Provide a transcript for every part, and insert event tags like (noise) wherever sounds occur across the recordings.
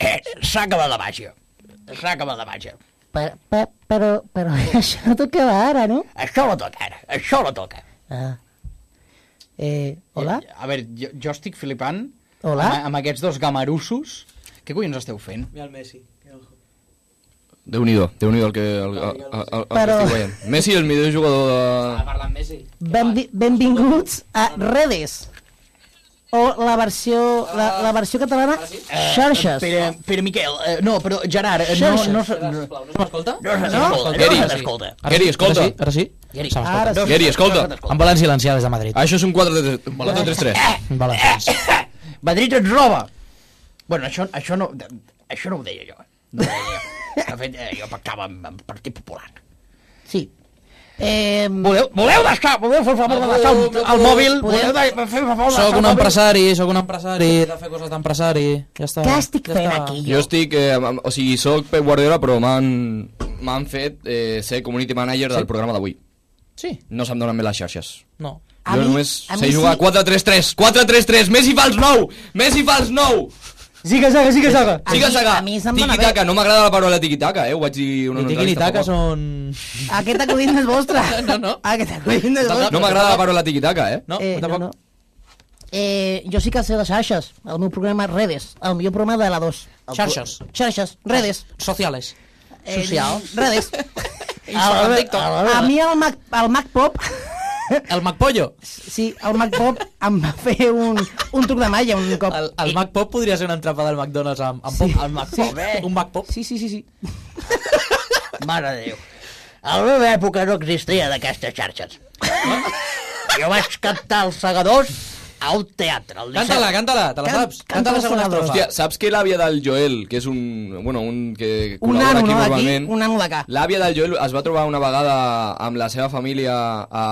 Eh, s'ha acabat la màgia. S'ha acabat la màgia. Per, per, però, però (laughs) això no tocava ara, no? Això la toca ara, això la toca. Ah. Eh, hola? A veure, jo, jo estic flipant Hola? Amb, amb aquests dos gamarussos. Què collons esteu fent? Mira el Messi. que ojo. Déu-n'hi-do, déu nhi déu el que, el, el, el, Però- el, Però... que estic veient. Messi, el millor jugador Estava de... parlant Messi. Ben, benvinguts a Redes. O la versió, la, la versió catalana, Eh, xarxes. Pere, Pere Miquel, eh, no, però Gerard, eh, no, no, se- no, Sisplau, no s'escolta? no se t'escolta, no, Geri. se t'escolta. Geri, escolta. Ara sí? Geri. Se m'escolta. Ara sí. Geri, escolta. No se Em volen silenciar des de Madrid. Eh, Això és un 4-3-3. Balata Eh, 3-3. Ah, Vale. Madrid ens roba. Bueno, això, això, no, això no ho deia jo. No ho (laughs) deia jo. De fet, eh, jo pactava amb, amb Partit Popular. Sí. Eh, Voleu, voleu deixar, voleu fer el favor de deixar el, el mòbil? Voleu de, fer el favor de Sóc deixar un el mòbil? empresari, sóc un empresari, he de fer coses d'empresari. Ja està. què estic Oh, ja fent està. aquí Jo estic... Eh, amb- o sigui, soc Pep Guardiola, però m'han m'han fet eh, ser community manager del programa d'avui. Sí, No se'm donen bé les xarxes. no. A jo mi- només a sé mi jugar sí. 4-3-3, 4-3-3, Messi fa els 9! Messi fa els 9! Ziga, zaga, ziga, zaga. A Siga, mi- saga! a mi se'm dona bé. Tiki-taka, no m'agrada la paraula tiki-taka, eh? Ho vaig dir una Ni tiqui ni entrevista fa taca poc. són... (laughs) Aquest acudit no és vostre. No, no. Aquest acudit no és No, no. vostre. No m'agrada la paraula tiki-taka, eh? No, eh, tampoc. No, no. Eh, jo sí que sé de xarxes. El meu programa és Redes. El millor programa de la 2. El Xarxes. pro- Xarxes. Redes. Sociales. Eh, Social. Redes. Instagram, TikTok. Ah, A mi el Mac, el Mac Pop... El MacPollo. Sí, el Mac Pop em va fer un, un truc de malla un cop. El, el MacPop podria ser una entrapa del McDonald's amb, amb pop. El MacPop. Un MacPop. Sí, sí, sí, sí. Mare de Déu. A la meva època no existia d'aquestes xarxes. Jo vaig cantar els segadors a un teatre. al Liceu. Canta-la, canta-la, te la Can- saps? canta Canta la la segona sonadora. estrofa. Hòstia, saps que l'àvia del Joel, que és un... Bueno, un que Un col·labora nano, no, d'aquí, normalment, un nano d'acà. L'àvia del Joel es va trobar una vegada amb la seva família a,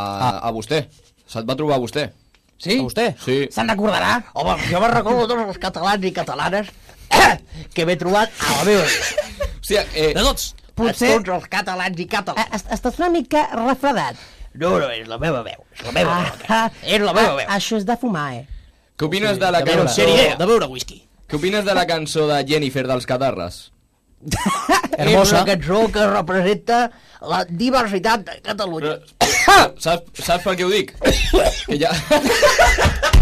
a, a vostè. Se't va trobar a vostè. Sí? A vostè? Sí. Se'n recordarà? Home, jo me'n recordo tots els catalans i catalanes que m'he trobat a la meva vida. Hòstia, eh, De tots. Potser- Tots els catalans i Ah, catalanes. es- Estàs una mica refredat. No, no, és la meva veu. És la meva veu. Ah, aquesta. És la meva ah, veu. Això és de fumar, eh? què opines de la veure. cançó... Sèrie. eh? De- De beure whisky. Què opines de la cançó de Jennifer dels Catarres? És Hermosa. una cançó que representa la diversitat de (coughs) Catalunya. Saps, saps per què ho dic? Que ja...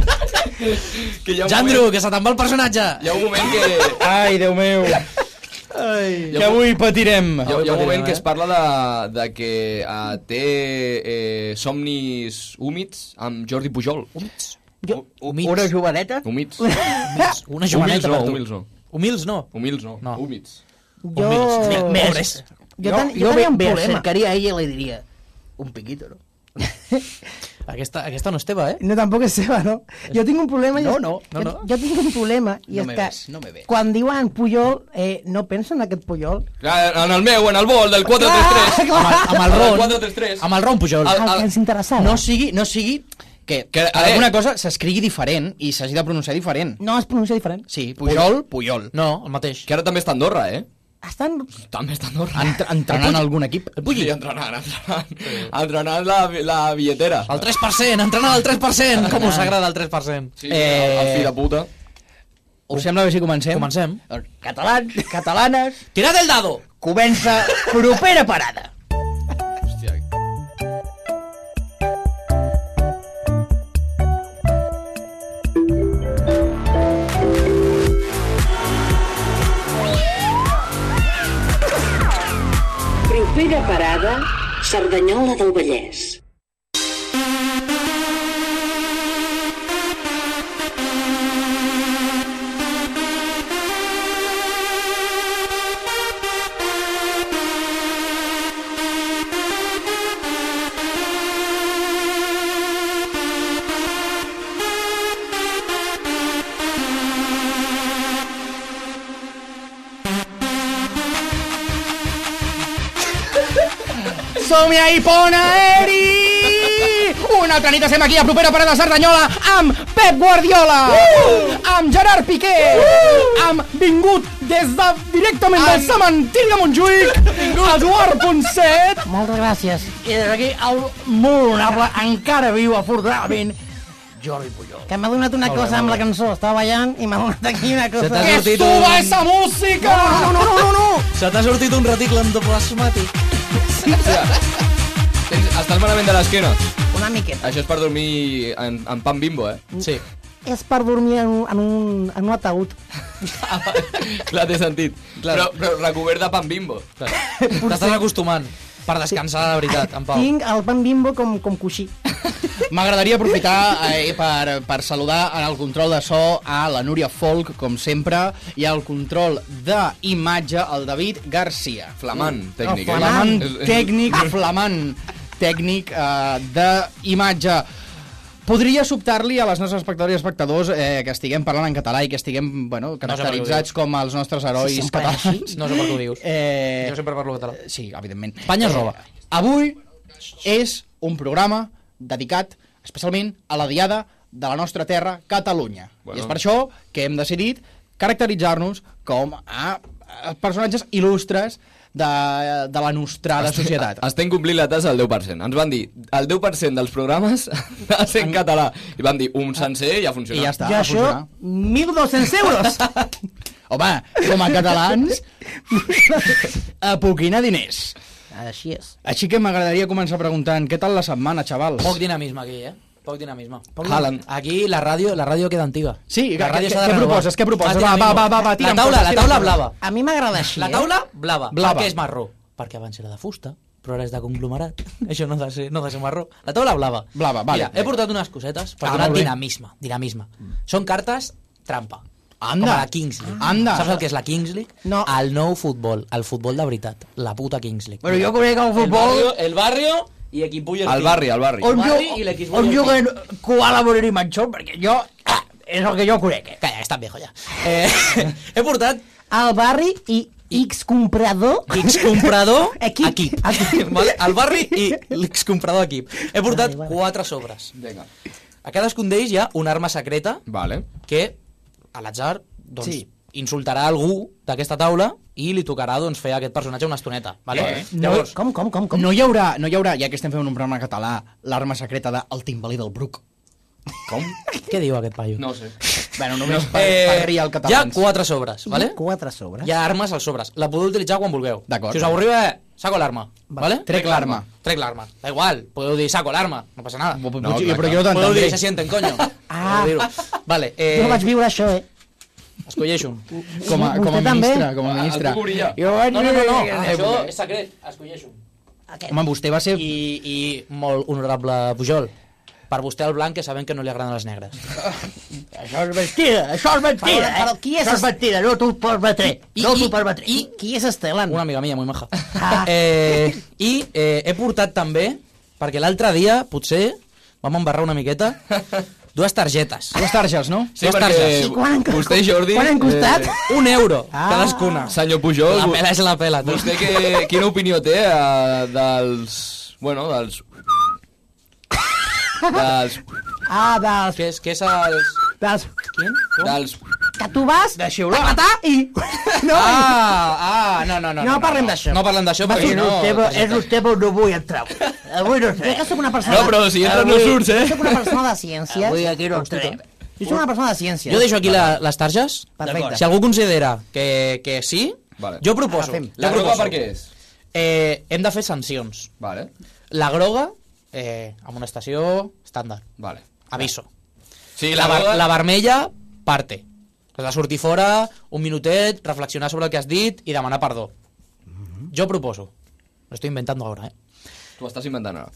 (laughs) que hi ha un Jandro, moment, que se te'n va el personatge. hi ha un moment que... Ai, Déu meu. Ai. Que avui patirem. Hi ha, hi ha un Avui moment patirem, que eh? es parla de, de que uh, té eh, somnis húmids amb Jordi Pujol. Húmids? Jo, humils. una joveneta? Húmids. Humils. Una Humils joveneta no, per tu. humils no. Humils no. Humils no, No. húmids. Jo... Humils. Més. Pobres. Jo, ten, jo, tenia un me problema. acercaria a ella i li diria un piquito, no? Aquesta, aquesta no és teva, eh? No, tampoc és seva, no? Jo tinc un problema... i No, és- no, no, jo- no. Jo, tinc un problema i No és me que ves, no me ves. quan diuen Puyol, eh, no penso en aquest Puyol. Ah, En el meu, en el vol, del 4-3-3. Ah, clar. Amb el, amb el El Ron. 4-3-3. Amb el Ron Pujol. El, El- que el- ens interessava. No sigui, no sigui que, Que, que eh. alguna cosa s'escrigui diferent i s'hagi de pronunciar diferent. no es pronuncia diferent. Sí, Pujol, Pujol. No, el mateix. Que ara també està a Andorra, eh? Estan... També està a Andorra. Ent entrenant algun equip. El Puyi. Sí, entrenant, entrenant. Entrenant la, la billetera. El 3%, entrenant el (laughs) 3%. Com us agrada el 3%? Sí, el, el fill de puta. Us sembla que si comencem? Comencem. Els catalans, catalanes, Tirad el dado! (laughs) comença propera parada. Hòstia. Propera parada, Cerdanyola del Vallès. Som-hi a Ipona Eri! Una altra nit estem aquí a propera parada a Cerdanyola amb Pep Guardiola, Uh! amb Gerard Piqué, amb vingut des de directament del cementiri de Montjuïc, Eduard Ponset, Moltes gràcies. I des d'aquí el molt honorable encara viu, afortunadament, Jordi Pujol. Que m'ha donat una cosa amb la cançó, estava ballant i m'ha donat aquí una cosa. t'ha Que sortit suba un- esa música! No, no, no, no, no! Se t'ha sortit un reticle endoplasmàtic. Tens, estàs malament de l'esquena. Una miqueta. Això és per dormir en, en pan bimbo, eh? (laughs) Sí. És per dormir en un, en un, en un ataúd. Clar, té sentit. Clar. Però, però recobert de pan bimbo. T'estàs acostumant per descansar de veritat, en Pau. Tinc el pan bimbo com, com coixí. M'agradaria aprofitar eh, per, per saludar en el control de so a la Núria Folk, com sempre, i al control d'imatge al David Garcia. Flamant, tècnic. eh? flamant És- és- tècnic, (laughs) flamant tècnic eh, d'imatge. Podria sobtar-li a les nostres espectadores i espectadors eh, que estiguem parlant en català i que estiguem bueno, caracteritzats com els nostres herois Sí, sempre catalans. així. No sé per què ho dius. Eh, Jo sempre parlo català. Sí, evidentment. Espanya es roba. Eh, avui és un programa dedicat especialment a la diada de la nostra terra, Catalunya. Bueno. I és per això que hem decidit caracteritzar-nos com a a personatges il·lustres de, de la nostra de societat. Estem complint la tassa del 10%. Ens van dir, el 10% dels programes (laughs) ha de ser en català. I van dir, un sencer i ja I funciona. ja està, I va això, funcionar. 1.200 euros. Home, com a catalans, apoquinar diners. Així és. Així que m'agradaria començar preguntant, què tal la setmana, xavals? Poc dinamisme aquí, eh? Poc dinamisme. Poc Haaland. Aquí la ràdio, la ràdio queda antiga. Sí, la què- ràdio què- s'ha de què renovar. proposes? Què proposes? Ah, Va, tira'm, va, tira'm. va, va, tira'm La taula, coses, la tira'm taula coses. blava. A mi m'agrada així, eh? La taula blava. Blava. Perquè és marró. Perquè abans era de fusta, però ara és de conglomerat. (laughs) Això no ha de ser, no ha de ser marró. La taula blava. Blava, vale. Mira, he portat unes cosetes per Ah, donar molt bé. dinamisme. Dinamisme. Són cartes trampa. Anda. Com a la Kings League. Anda. Saps el que és la Kings League? No. El nou futbol. El futbol de veritat. La puta Kings League. Però jo conec el futbol el barrio i equipullo Al barri, al barri. on, el jo, barri i l'equip on guanyador. juguen Koala Moreno i Manchón, perquè jo... Ah, és el que jo conec, eh? Calla, està viejo ja. Eh, (laughs) he portat Al barri i X comprador... X (laughs) comprador Equip. equip. (laughs) Equip. Vale? El barri i l'ex comprador equip. He portat Vale, vale. quatre sobres. Vinga. A cadascun d'ells hi ha una arma secreta Vale. que, a l'atzar, doncs, Sí. insultarà algú d'aquesta taula i li tocarà doncs, fer a aquest personatge una estoneta. Vale? Eh, No, com, com, com, com? No hi haurà, no hi haurà, ja que estem fent un programa català, l'arma secreta de El timbalí del Bruc. Com? Què diu aquest paio? Eh, No ho sé. Bueno, només per, per riar el hi ha català. quatre sobres, vale? Quatre sobres. Hi ha armes als sobres. La podeu utilitzar quan vulgueu. D'acord. Si us avorriu, eh, saco l'arma. Vale? Trec l'arma. Trec l'arma. Da igual, podeu dir saco l'arma, no passa nada. No, No, jo, clar, però Podeu jo dir, t'entendré. se sienten, coño. Ah. Podeu dir-ho. Vale, eh, Jo vaig viure això, eh? escolleixo un. Com a, com a Vostè també? ministre, com a ministre. Ah, tu cobria. Jo vaig... No, no, no, no, Eh, Ah, això és secret, escolleixo un. Home, vostè va ser... (laughs) I, I molt honorable Pujol, per vostè el blanc que sabem que no li agraden les negres. Això és mentida, això és mentida, Però- però eh? qui és això es- és mentida, no t'ho permetré, no I- t'ho permetré. I qui és Estelan? Una amiga mia, muy maja. Ah. Eh, I eh, he portat també, perquè l'altre dia, potser, vam embarrar una miqueta, dues targetes. Les targes, no? Sí, Dues perquè targes. I quan han- vostè i Jordi... quan han costat? Un euro, Ah. cadascuna. Senyor Pujol, La pela és la pela. tu. vostè que, quina opinió té eh, dels... Bueno, dels... dels... Ah, dels... Què és, què és els... dels... Quin? dels... Que tu vas... De xiular. A matar i... (laughs) No, Ah, ah, no, no, no. No parlem d'això. No parlem d'això, Va perquè ser no... És un tema, és targeta. un tema on no vull entrar. Avui no jo sé. que sóc una persona... No, però si entres no surts, eh? Sóc una persona de ciències. Avui aquí no entrarem. Jo sóc una persona de ciències. Jo deixo aquí la, les targes. eh, Perfecte. Si algú considera que, que sí, Vale. jo proposo. Agafem. La jo roba proposo. per què és? Eh, hem de fer sancions. Vale, La groga, eh, amonestació estàndard. vale. Aviso. Sí, La, ver, roba- la vermella, parte. Has de sortir fora, un minutet, reflexionar sobre el que has dit i demanar perdó. Mhm. Jo proposo. Lo estoy inventando ahora, eh? T'ho estàs inventant ara.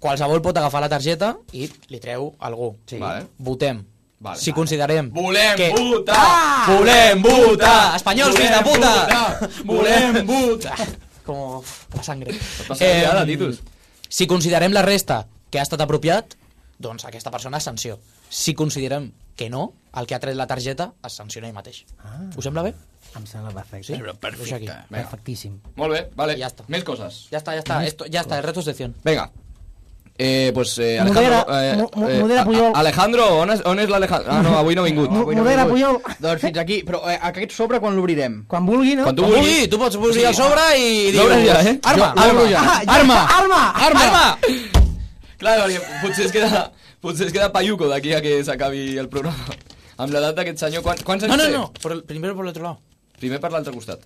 Qualsevol pot agafar la targeta i li treu algú. Sí. Vale. Votem. Vale. si Vale. considerem Volem que... votar! Volem Puta, votar! espanyols, fills Volem de puta! votar! (laughs) Volem votar! Com la sangre. Passa eh, ara, Titus. si considerem la resta que ha estat apropiat, doncs aquesta persona és sanció. Si considerem que no, el que ha tret la targeta es sanciona ell mateix. Ah. Us sembla bé? Em sembla perfecte. Però perfecte. Aquí. Perfectíssim. Molt bé, vale. Ja està. Més coses. Ja està, ja està. Esto, ja està, el resto es sección. Vinga. Eh, pues, eh, Alejandro... Modera, eh, mo- mo- eh, modera, a- a- Pujol. Alejandro, on és, on és l'Alejandro? Ah, no, avui no ha vingut. Mo- Avui no ha Modera, vingut. Pujol. Doncs fins aquí. Però eh, aquest sobre quan l'obrirem? Quan vulgui, no? Quan tu Tu, vulgui, vulguis. Doncs tu pots posar el sobre i dir... L'obres ja, eh? Jo- Arma, arma, l'obro ja. Ah, ja Arma! està, Arma! arma! Clar, perquè potser es queda... Potser es queda payuco d'aquí a que s'acabi el programa. Amb l'edat d'aquest senyor, quan, quants anys Ah, No, no, té? no. Por el, primero por el otro lado. Primer per l'altre costat.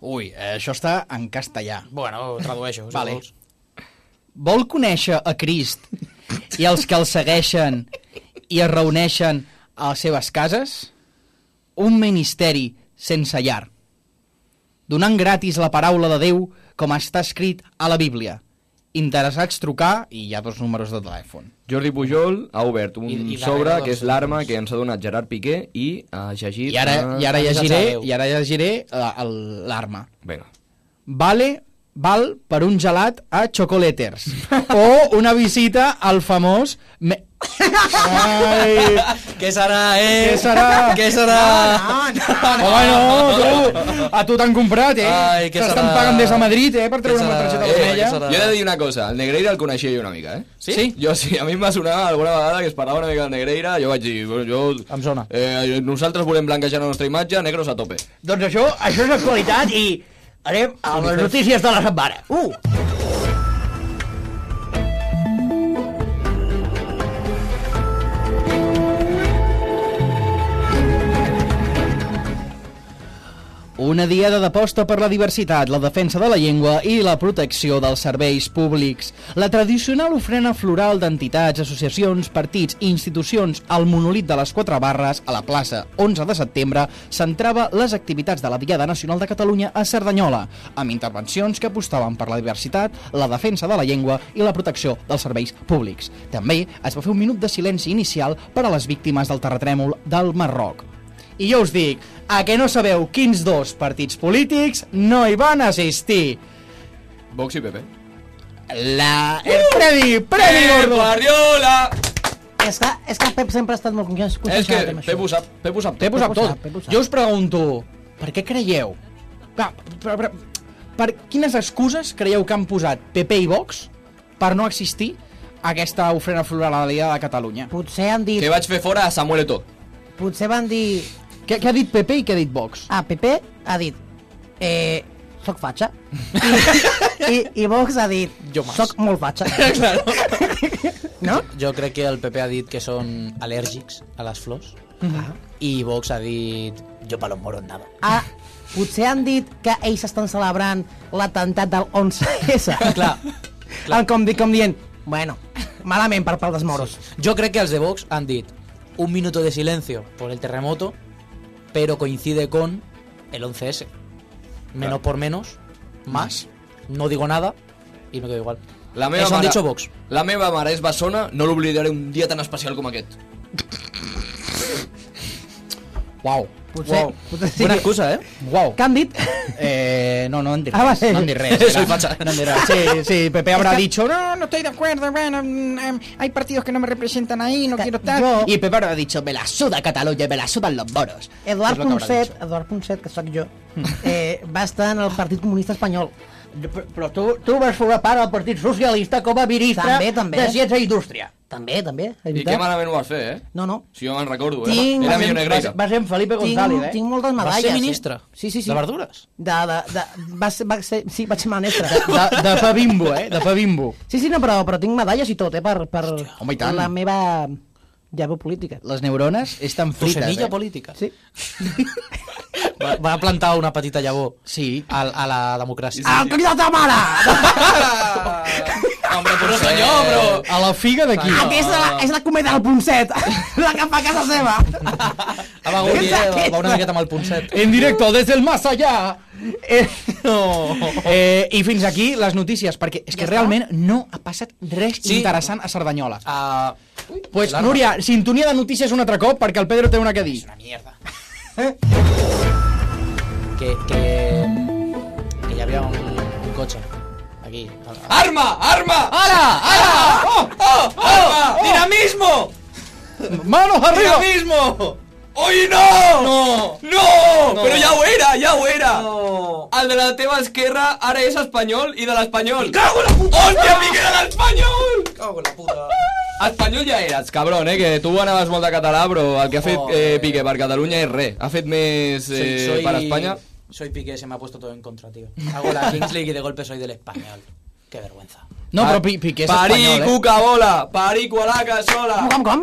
Ui, eh, això està en castellà. Bueno, tradueixo. si Vale. vols. Vol conèixer a Crist i els que el segueixen i es reuneixen a les seves cases? Un ministeri sense llar. Donant gratis la paraula de Déu com està escrit a la Bíblia. Interessats trucar i hi ha dos números de telèfon. Jordi Pujol ha obert un I- i sobre, darrere que és dels- l'arma que ens ha donat Gerard Piqué i ha llegit... I ara, a- i ara gràcies llegiré, a Déu. i ara llegiré eh, el- l'arma. Vinga. Vale, val per un gelat a (laughs) Chocolaters. o una visita al famós... Me... Ai, Què serà, eh? Què serà? Què serà? Ai, no, tu! A tu t'han comprat, eh? Ai, què T'estan serà? pagant des de Madrid, eh? Per treure Què una serà? targeta Eh, vermella. què serà? Jo he de dir una cosa, el Negreira el coneixia jo una mica, eh? Sí? sí? Jo sí, a mi em va sonar alguna vegada que es parlava una mica del Negreira, jo vaig dir... bueno, Jo, Em (laughs) sona. Eh, nosaltres volem blanquejar la nostra imatge, negros a tope. Doncs això, això és actualitat i anem a les notícies de la setmana. Uh! Una diada d'aposta per la diversitat, la defensa de la llengua i la protecció dels serveis públics. La tradicional ofrena floral d'entitats, associacions, partits i institucions al monolit de les Quatre Barres a la plaça 11 de setembre centrava les activitats de la Diada Nacional de Catalunya a Cerdanyola, amb intervencions que apostaven per la diversitat, la defensa de la llengua i la protecció dels serveis públics. També es va fer un minut de silenci inicial per a les víctimes del terratrèmol del Marroc. I jo us dic, a que no sabeu quins dos partits polítics no hi van assistir? Vox i PP. La... El premi, premi Pep Eh, Gordo! Guardiola! És que, és que Pep sempre ha estat molt conscient, És conscient que amb això. Pep ho sap, Pep ho sap. T'he posat Pep ho sap, tot. Pep ho sap. Jo us pregunto, per què creieu? Per, per, per, per quines excuses creieu que han posat PP i Vox per no assistir a aquesta ofrena floral a la Diada de Catalunya? Potser han dit... Que vaig fer fora a Samuel Eto'o. Potser van dir... Què, què ha dit PP i què ha dit Vox? Ah, PP ha dit... Eh, soc fatxa. I, i, i Vox ha dit... Jo mas. Soc molt fatxa. no? Jo crec que el PP ha dit que són al·lèrgics a les flors. Ah. I Vox ha dit... Jo pa los moros nada. Ah, potser han dit que ells estan celebrant l'atemptat del 11S. Clar, Clar. Ah, Com, di- com dient, bueno, malament per part dels moros. Jo crec que els de Vox han dit un minuto de silencio por el terremoto, pero coincide con el 11S. Menos por menos, más, no digo nada y me quedo igual. La meva Eso han mare... dicho Vox. La meva mare és bessona, no l'oblidaré un dia tan especial com aquest. Uau. Potser, Uau. potser sí. Buena excusa, ¿eh? Uau. Què han dit? Eh, no, no han dit Ah, res. vale. No han dit res. Soy era- facha. No han dit res. Sí, sí, Pepe habrá dicho, no, no estoy de acuerdo, bueno, mm, em, hay partidos que no me representan ahí, no Que quiero estar. yo- Y Pepe habrá dicho, me la suda Cataluña, me la sudan los moros. Eduard És lo que haurà Ponset, dit. Eduard Ponset, que sóc jo, eh, va estar en el Partit Comunista Espanyol. Però, però tu, tu vas formar part del Partit Socialista com a ministre També, també. de Ciència i Indústria. També, també, és I què veritat. malament ho vas fer, eh? No, no. Si jo me'n recordo, eh? Tinc- Era vas- millor Va, negreira. va ser en Felipe González, eh? tinc moltes Va medalles. ser ministre. Eh? Sí, sí, sí. De verdures. De, de, de, va ser, va ser, sí, vaig ser ministre. De, de pa bimbo, eh? De pa bimbo. Sí, sí, no, però, però tinc medalles i tot, eh, per, per home, i tant. la meva llavor política. Les neurones estan Tu frites, semilla eh? política. Sí. Va, va plantar una petita llavor Sí. a, a la democràcia. El crit de ta mare! Hombre, però senyor, però... A la figa d'aquí. Ah, Aquesta és la, és la cometa del Ponset, (laughs) la que fa a casa seva. Ah, va, Gaudi, Aquesta- eh, va una miqueta amb el punset. En directo des del más allá. Eh, no. eh, I fins aquí les notícies, perquè és que realment no ha passat res Sí. interessant a Cerdanyola. Ah, Pues, L'arma. Núria, sintonia de notícies un altre cop, perquè el Pedro té una que dir. mierda. que, que, que hi havia un, un cotxe aquí. A, Arma! Arma! Ara! Ara! Oh! Arma! Dinamismo! Manos arriba! Dinamismo! Oi, no! No! No! Però ja ho era, ja ho era! No. El de la teva esquerra ara és espanyol i de l'espanyol. Cago la puta! Hòstia, Piqué de l'espanyol! Cago en la puta. Espanyol ja eres, cabron, eh? Que tu anaves molt de català, però el que ha fet eh, Piqué per Catalunya és res. Ha fet més eh, Soy, soy, per Espanya. Soy Piqué, se me ha puesto todo en contra, tío. Hago la Kings League y de golpe soy del español. Qué vergüenza. No, però Pi- Piqué és Parí, espanyol, eh? cucabola, parí, cualaca, sola. Com, com?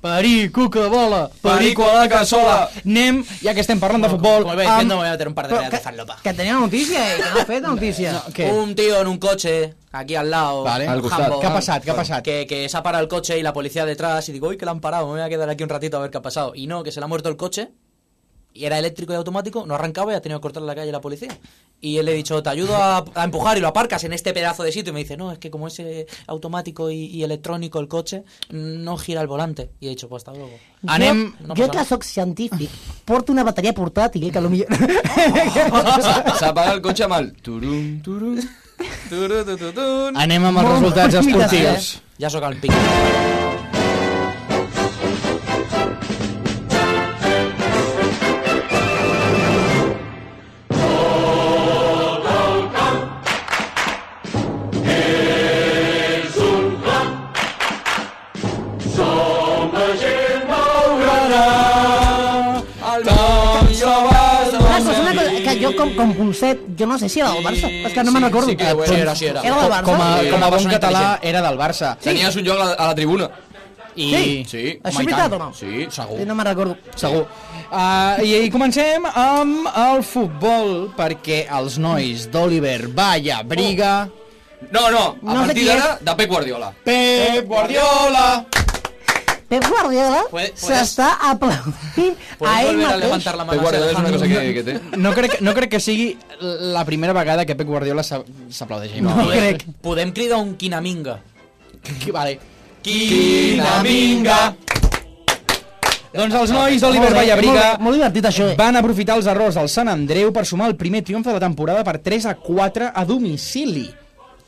Parí, cuca, bola, parí, Parí, cualaca, sola. Anem, ja que estem parlant de futbol... Como iba diciendo, me voy a meter un par de pedazos de farlopa. Que tenia notícia, eh? Que no ha fet notícia. No, ¿Qué? Un tío en un coche, aquí al lado. Vale. Al costado. jambo, ¿Qué ha pasado? ¿Qué ha pasado? Que, que se ha parado el coche y la policía detrás. Y digo, uy, que la han parado, me voy a quedar aquí un ratito a ver qué ha pasado. Y no, que se le ha muerto el coche. Y era eléctrico y automático, no arrancaba y ha tenido que cortar la calle la policía. Y él le he dicho, te ayudo a, a empujar y lo aparcas en este pedazo de sitio. Y me dice, no, es que como es eh, automático y, y electrónico el coche, no gira el volante. Y he dicho, pues hasta luego. Anem... jo, no jo passa que res. sóc científic, porto una bateria portàtil, que (laughs) potser... Se apaga el cotxe amb el... Turum, turum, turum, turum, turum. Anem amb els Molt resultats bonites, esportius. Ya soca el pico. Una cosa, una cosa, que jo com, com Ponset, jo no sé si era del Barça, és que no me'n recordo. oh, sí que ho era. Sí, era, sí, era. Era del Barça? Com a, Sí, Ah, com una a bon persona català intel·ligent. era del Barça. Tenies un lloc a la, a la tribuna. I... Sí. Això és home, i veritat tant. o no? Eh, Sí, segur. Sí, No me'n recordo. Segur. Uh, I i comencem amb el futbol, perquè els nois d'Oliver Valla Briga... No, no, a No sé partir qui d'ara, de Pep Guardiola. Pep Guardiola! Pep Guardiola Puede- puedes- s'està aplaudint a ¿Puedes ell volver a mateix. levantar la Pep mano? Guardiola és una cosa que, que té. No crec, no crec que sigui la primera vegada que Pep Guardiola s'a- s'aplaudeix. No, crec. Podem cridar un quinaminga. Vale. Quina minga! Doncs els nois d'Oliver Vallabriga molt, molt divertit això, eh? van aprofitar els errors del Sant Andreu per sumar el primer triomf de la temporada per 3 a 4 a domicili.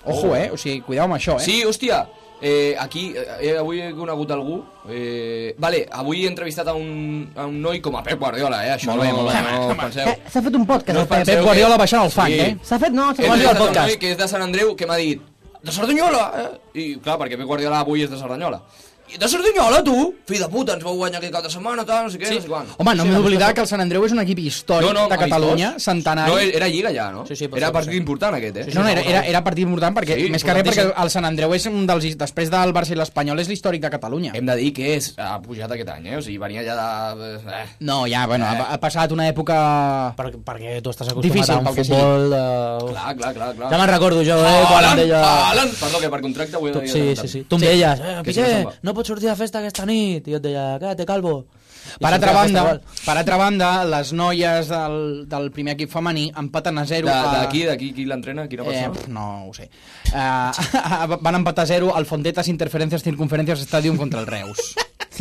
Ojo, eh? O sigui, cuidao amb això, eh? Sí, hòstia, eh, aquí eh, avui he conegut algú. Eh, vale, avui he entrevistat a un, a un noi com a Pep Guardiola, eh? Això Molt bé, no, molt bé. no, penseu. Que S'ha fet un podcast. No, No, Pep, penseu Pep que- Guardiola baixant el fang, Sí. eh? S'ha fet, no, s'ha He fet entrevistat el a un noi podcast. que és de Sant Andreu que m'ha dit de Cerdanyola, eh? I clar, perquè Pep Guardiola avui és de Cerdanyola. I de Cerdanyola, tu? Fill de puta, ens vau guanyar aquest cap de setmana, tal, no sé què, no sé quan. Home, no m'he d'oblidar que el Sant Andreu és un equip històric de amistós. Catalunya, centenari. No, eh, era Lliga ja, no? Sí, sí, pot era ser, partit pot ser. important aquest, eh? No, no, era, era, era partit important perquè, Sí, més que res, perquè importantíssim. el Sant Andreu és un dels... Després del Barça i l'Espanyol és l'històric de Catalunya. Hem de dir que és, ha pujat aquest any, eh? O sigui, venia ja de... Eh. No, ja, bueno, ha, ha passat una època... Perquè, perquè tu estàs acostumat Difícil, a un pel que futbol... De... Clar, clar, clar, clar. Ja me'n recordo jo, eh, quan em Haaland, deia... Haaland. Perdó, que per contracte ho he de Tu, dir. sí, sí, sí. Tu em deies, eh, Que si no Piqué, se'n va. no pots sortir de festa aquesta nit. I jo et deia, quédate calvo. I Per sortia altra, de festa banda, igual. per altra banda, les noies del, del primer equip femení empaten a 0 a... D'aquí, d'aquí, qui l'entrena? Quina Eh, persona? pf, no ho sé. Uh, (laughs) van empatar a 0 al Fontetes Interferències Circunferències Stadium contra el Reus.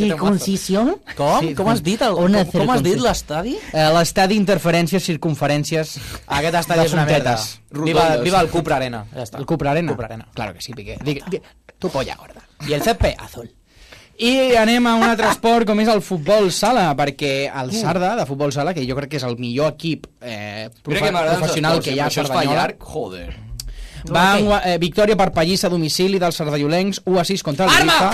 Circuncisió? Com? Sí. Com has dit? El, Una com, com has dit circumcisió. l'estadi? Uh, L'estadi Interferències Circunferències Aquest estadi de és una merda. Fontetes. Viva, viva el Cupra Arena. Ja està. El Cupra Arena? Cupra Arena. Claro que sí, Piqué. Digue, digue, tu polla gorda. I el césped, azul. I anem a un altre esport com és el futbol sala, perquè el Sarda, de futbol sala, que jo crec que és el millor equip Mira eh, que profe m'agraden els professional esports, que eh, hi ha a Això es fa Cerdanyola, llarg, joder. va en, eh, victòria per pallissa a domicili dels sardallolencs, 1 a 6 contra el Arma!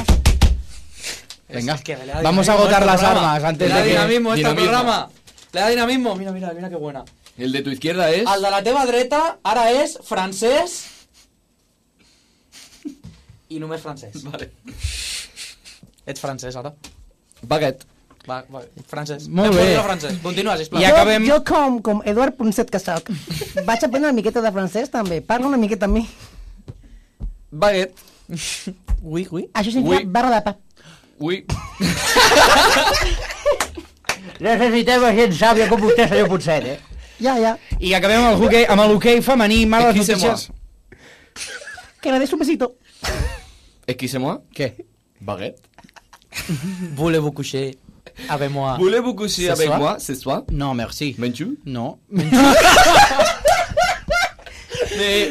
Venga, Es que le da vamos dinamismo a agotar este las programa. armas antes Le da de que... dinamismo este Dinamismo. programa. Le da dinamismo. Mira, mira, mira que buena. El de tu izquierda és... El de la teva dreta ara és francès i només francès. Vale. Ets francès ara. Baguet. Va, va, francès. Molt Em bé. continua Francès. Continua, sisplau. I Jo, acabem- jo com, com Eduard Ponset que soc, (laughs) vaig aprendre una miqueta de francès també, parla una miqueta amb mi. (laughs) Baguet. Ui, ui. Ah. Això significa Ui. barra de pa. Ui. Necessitem gent sàvia com vostè, senyor Ponset, eh? Ja, ja. I acabem amb el hockey, amb el hoquei femení, Ah, males Excusez-moi. notícies. Que le des un besito. Excusez-moi. Què? Baguet. Voulez-vous coucher avec moi? Voulez-vous coucher Ce avec soir? moi ce soir? No, merci. Menju? No. Me,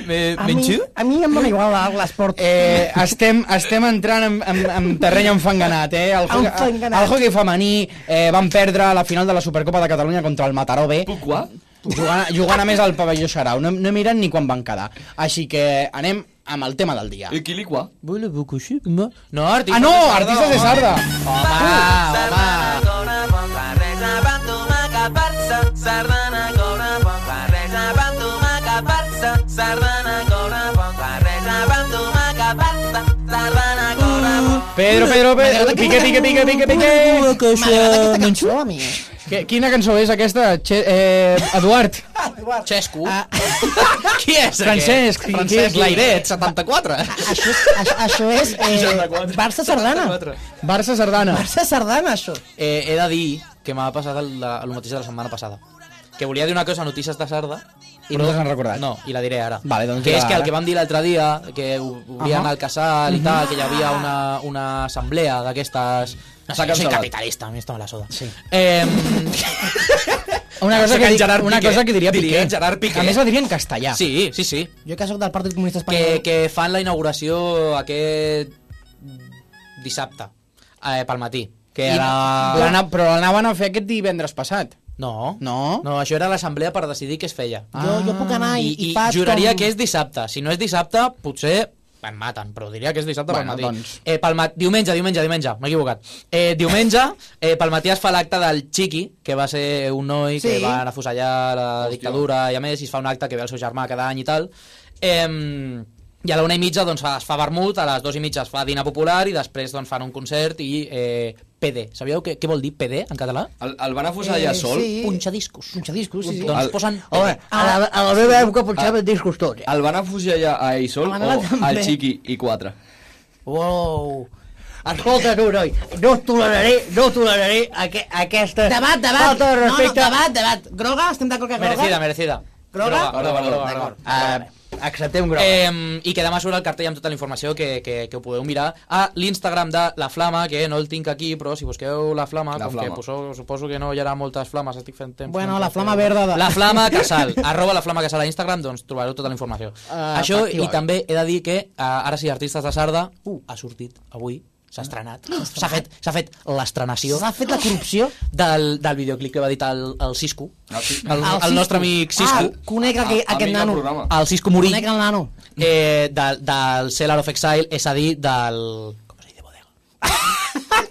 me, A Ah, mi, a mi em dona igual l'esport. Eh, estem, estem entrant en, en, en terreny enfanganat, eh? El, hockey- Enfanganat. el hockey femení eh, van perdre la final de la Supercopa de Catalunya contra el Mataró B. Pourquoi? jugant, a- jugant a més al pavelló Xarau. No, no miren ni quan van quedar. Així que anem amb el tema del Ah. dia. Et qui li quoi? Voulez-vous coucher avec moi? No, artista. Ah, no! Artistes de Sarda! Home, home. Sardana, cobra, pon, barreja, pan, tomàquet, Pedro, Pedro, Pedro, pique, pique, pique, pique, pique. M'agrada aquesta cançó a mi. eh? Que- Quina cançó és aquesta? Che, eh, Eduard, Xescu. (laughs) Qui és Ah. Francesc, qui- qui és? Francesc Lairet, (laughs) 74. Això és, això, això és eh, Barça Sardana. Barça Sardana. Barça Sardana, això. (laughs) Eh, he de dir que m'ha passat el, de, el mateix de la setmana passada. Que volia dir una cosa a Notícies de Sarda. Però no t'has recordat. No, i la diré ara. Vale, doncs que dila és que el ara. que vam dir l'altre dia, que ho- ho volien uh -huh. al casal i tal, que hi havia una, una assemblea d'aquestes... No sé, jo soy salat. capitalista, a mi esto me la soda. Sí. Eh, (laughs) una cosa que, Sacant di- Gerard una Piqué. cosa que diria Piqué. Diria Gerard Piqué. A més la diria en castellà. Sí, sí, sí. Jo que sóc del Partit Comunista Que, Espanyol. que fan la inauguració aquest dissabte, eh, pel matí. Que I Ah. era... l'ana- però l'anaven a fer aquest divendres passat. No. No? No, això era l'assemblea per decidir què es feia. Jo, jo puc anar i, i, faig Ah, Mm, juraria com... que és dissabte. Si no és dissabte, potser em maten, però diria que és dissabte Bueno, pel matí. doncs. Eh, pel mat... Diumenge, diumenge, diumenge, m'he equivocat. Eh, diumenge, eh, pel matí es fa l'acte del Chiqui, que va ser un noi sí. que Sí. van afusellar la Hòstia. dictadura i a més i es fa un acte que ve el seu germà cada any i tal. Eh, i a la una i mitja doncs, es fa vermut, a les dues i mitja es fa dinar popular i després doncs, fan un concert i eh, PD. Sabíeu què, què vol dir PD en català? El, el van afusar Eh, allà sol? Punxadiscos. Punxadiscos, sí, sí. Doncs El- posen... Home, a la, a la meva Eh, època punxaven discos tots, eh? El van afusellar a ell sol A o Manel també. al Chiqui i 4? Wow. Escolta tu, noi, no toleraré, no toleraré aqu aquesta Debat, debat. falta de no, no, respecte. debat, debat. Groga, estem d'acord que groga? Merecida, merecida. Groga? Groga, groga, groga. Ah, D'acord. Uh, acceptem groc. Eh, Eh, I quedem a sobre el cartell amb tota la informació que, que, que ho podeu mirar a l'Instagram de La Flama, que no el tinc aquí, però si busqueu La Flama, La com Flama. que poso, suposo que no hi haurà moltes flames, estic fent temps. Bueno, fent la temps, flama eh, verda de- La (laughs) Flama Casal, arroba La Flama Casal a Instagram, doncs trobareu tota la informació. Ah, Això, activa. i també he de dir que eh, ara sí, Artistes de Sarda, uh, ha sortit avui, s'ha estrenat, s'ha fet, s'ha fet l'estrenació Ah. S'ha fet la corrupció? del, del videoclip que va editar el, el Cisco, el, el, Cisco. nostre amic Cisco, Ah, conec aquell, A- aquest amic del nano. Ah, programa. el Cisco Morí Conec el nano. eh, de, del Cellar of Exile, és a dir, del... Com es (laughs) diu, bodega?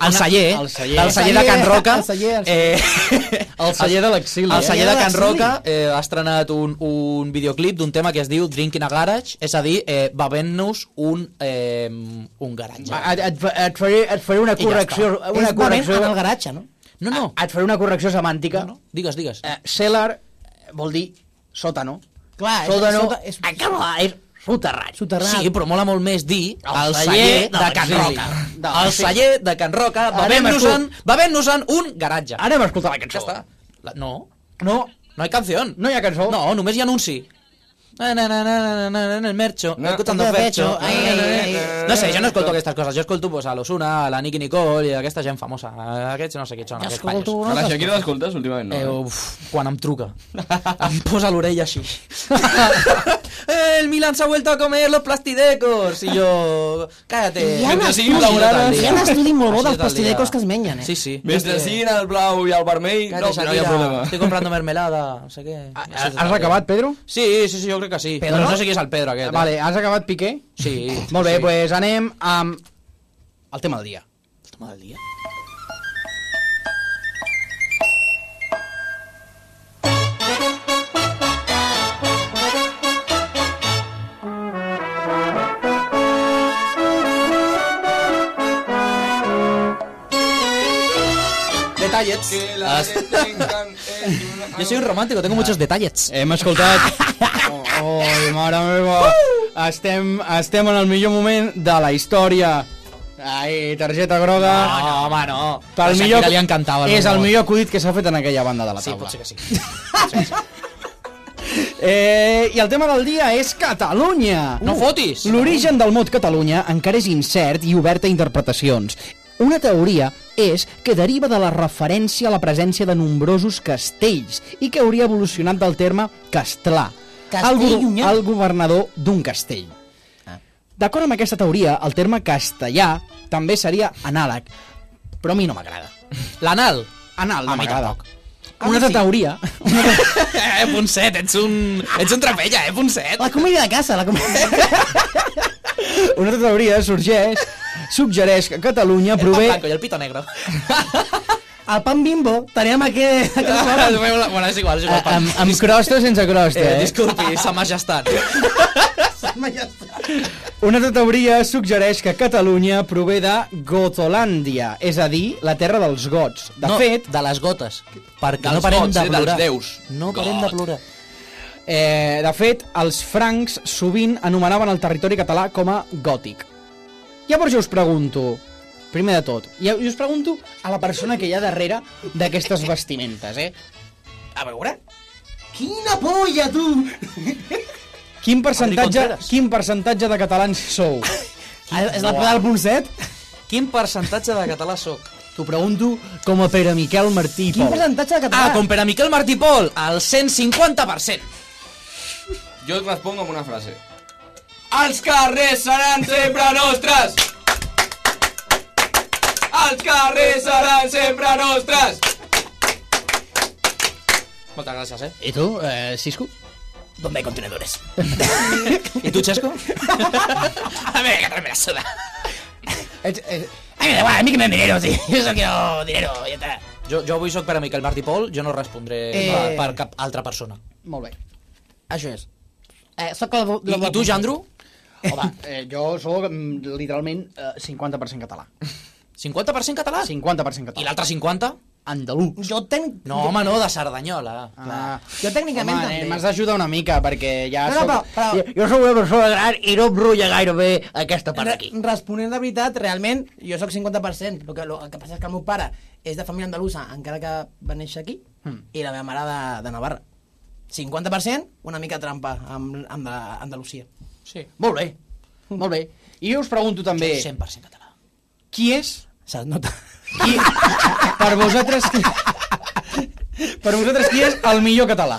El celler, el celler, del celler de Can Roca. El celler, el eh, el celler de l'exili. El celler de El celler de Can l'exili. Roca eh, ha estrenat un, un videoclip d'un tema que es diu Drink in a Garage, és a dir, eh, bevent-nos un, eh, un garatge. ah, et, et, fa- et, faré, et faré una I ja correcció, Una una és correcció... correcció, en el garatge, no? No, no, et faré una correcció semàntica. No, digues, digues. Eh, cellar vol dir sòtano. Clar, és- sòtano, sota- és, és- en català és soterrat. Soterrat. Sí, però mola molt més dir el, El celler celler de Can de l'exili. Roca. De El l'exili. celler de Can Roca, Anem a bevent-nos-en bevent un garatge. Ara hem escoltat la Ja cançó. està. La, no, No, no hay canción. no hi ha cançó. No, només hi ha anunci. Na, na, na, na, na, na, na, na, el Mercho, Na, escoltando na, Fercho. Fercho, ai, ai, ai. No sé, jo no escolto aquestes coses. Jo escolto pues, a l'Osuna, a la Nicky Nicole i a aquesta gent famosa. Aquests no sé qui són, Jo aquests escolto paios. A la una... Shakira l'escoltes últimament, Eh, no? uf, quan em truca. (laughs) em posa l'orella així. (laughs) el Milan s'ha vuelto a comer los plastidecos. I jo... Cállate. Em Hi ha un Mentre estudi- siguin laborades. hi ha un estudi molt bo Així dels tot el dia. plastidecos que es mengen, eh? Sí, sí. Mentre siguin el blau i el vermell, no, Cállate, no hi ha Shakira, problema. Estoy comprando mermelada, no sé què. Ah, No sé tot el Has dia. acabat, Pedro? Sí, sí, sí, jo crec que sí. Pedro, Pedro? Però no sé qui és el Pedro aquest. Eh? Vale, has acabat Piqué? Sí. Molt bé, sí. doncs pues anem amb el tema del dia. Toma del dia. Detallets. Que la gent tengan... Yo soy un romántico, Ah. tengo muchos detalles. Hem escoltat... (laughs) Oh, oh mare meva! Estem, estem en el millor moment de la història. Ai, targeta groga. no, home, no. Pel A millor, Shakira li encantava. és el rumor. millor acudit que s'ha fet en aquella banda de la Sí, taula. potser que sí. Eh, I el tema del dia és Catalunya. No fotis! L'origen del mot Catalunya encara és incert i obert a interpretacions. Una teoria és que deriva de la referència a la presència de nombrosos castells i que hauria evolucionat del terme castlà, Castell el, go llunyà. el governador d'un castell. Ah. D'acord amb aquesta teoria, el terme castellà també seria anàleg, però a mi no m'agrada. L'anal. Anal no mi m'agrada. tampoc. Una altra teoria... (laughs) (laughs) eh, Ponset, ets un... Ets un trapella, eh, Ponset. Ah, La comèdia de casa, la comèdia... (laughs) Una altra teoria sorgeix, suggereix que Catalunya El prové... pan blanco i el pito negro. (laughs) El pan bimbo, teníem aquest... aquest programa. bueno, és igual, és igual. A- pan. amb, amb crosta o sense crosta, Eh, eh? disculpi, sa majestat. Una altra teoria suggereix que Catalunya prové de Gotolàndia, és a dir, la terra dels gots. De no, fet, de les gotes. Perquè Dels no parem gots, eh, de dels plorar. déus. No parem de God. plorar. eh, de fet, els francs sovint anomenaven el territori català com a gòtic. Llavors jo us pregunto, primer de tot, i us pregunto a la persona que hi ha darrere d'aquestes vestimentes, eh? A veure, Quina polla, tu! quin percentatge, Contreras. quin percentatge de catalans (laughs) sou? És la poda del Ponset? Quin percentatge de català sóc? T'ho pregunto com a Pere Miquel Martí i Quin Pol. percentatge de català? Ah, com per a Miquel Martí Pol, al 150%. Jo et responc amb una frase. Els carrers seran sempre nostres! Els carrers seran sempre nostres! Moltes gràcies, eh? I tu, eh, Cisco? ¿Dónde hay contenedores? ¿Y tú, Chesco? a ver, que me la suda. Ets, eh, ets, A mí me da igual, a mí que me den (laughs) dinero, sí. Yo solo quiero dinero, ya está. (laughs) Jo, jo avui soc per a Miquel Martí Pol, jo no respondré eh... per, per cap altra persona. molt bé. Això és. Eh, soc el... I, i tu, Jandro? Home, eh, jo sóc mm, literalment eh, 50% català. 50% català? 50% I català. l'altre 50? Andalús. Jo tenc... No, home, no, de Cerdanyola. Ah, Jo tècnicament home, també. nen, M'has d'ajudar una mica, perquè ja No, no, soc... però- però- Jo, jo sóc una persona gran i no em brolla gaire bé aquesta part Re- d'aquí. Responent la veritat, realment, jo sóc 50%. El que, el que passa és que el meu pare és de família andalusa, encara que va néixer aquí, Hmm. i la meva mare de, de Navarra. 50%, una mica trampa amb, amb la- Andalusia. Sí. Molt bé, molt bé. I jo us pregunto també, 100% català. qui és... Se't (laughs) nota. Qui, per vosaltres... Qui, per vosaltres qui és el millor català?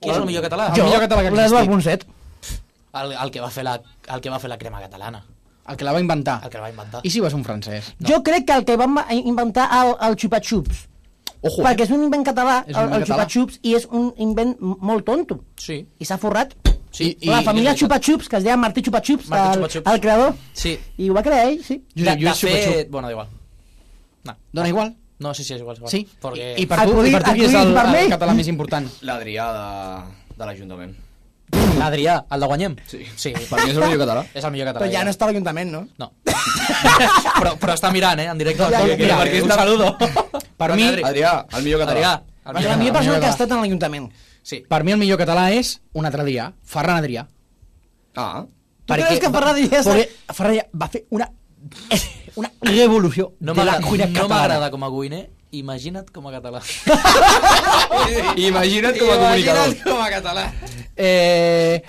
Qui és el millor català? El millor català que L'Eduard existi. Ponset. El, el, que va fer la, el que va fer la crema catalana. El que la va inventar. El que la va inventar. I si va ser un francès? No. Jo crec que el que van inventar el, el Chupa Chups. Ojo, Perquè és un invent català, És el, un invent el català. Chupa Chups, i és un invent m- molt tonto. Sí. I s'ha forrat. Sí. I- la família és Chupa veritat. Chups, que es deia Martí Chupa Chups, Martí el, Chupa Chups. el creador, Sí. i ho va crear ell, sí. De, Josep, de Lluís fet... Xupa-xup. Bueno, da igual. No, Dona igual? no sí, sí, és igual. És igual. Sí? Perquè... I, i per El tu, i per Codit- tu qui el és el, Codit vermell? el català més important? L'Adrià de, de l'Ajuntament. L'Adrià, el de Guanyem? Sí. Sí, Per mi és el millor català. és el millor català. Però ja no està a l'Ajuntament, no? No. (laughs) però, però està mirant, eh, en directe. Ja, ja, mira, perquè un un saludo. Per mi, Adri. Adrià, el millor català. Adrià, el Va ser la millor millor català. persona que ha català. estat en l'Ajuntament. Sí. per mi el millor català és un altre Adrià, Ferran Adrià. Ah, Tu creus que Ferran Adrià és- Perquè Ferran Adrià va fer una, (laughs) una revolució No de la cuina m'agrada no catalana. m'agrada com a cuiner, imagina't com a català. Imagina't com a comunicador. com a català. eh,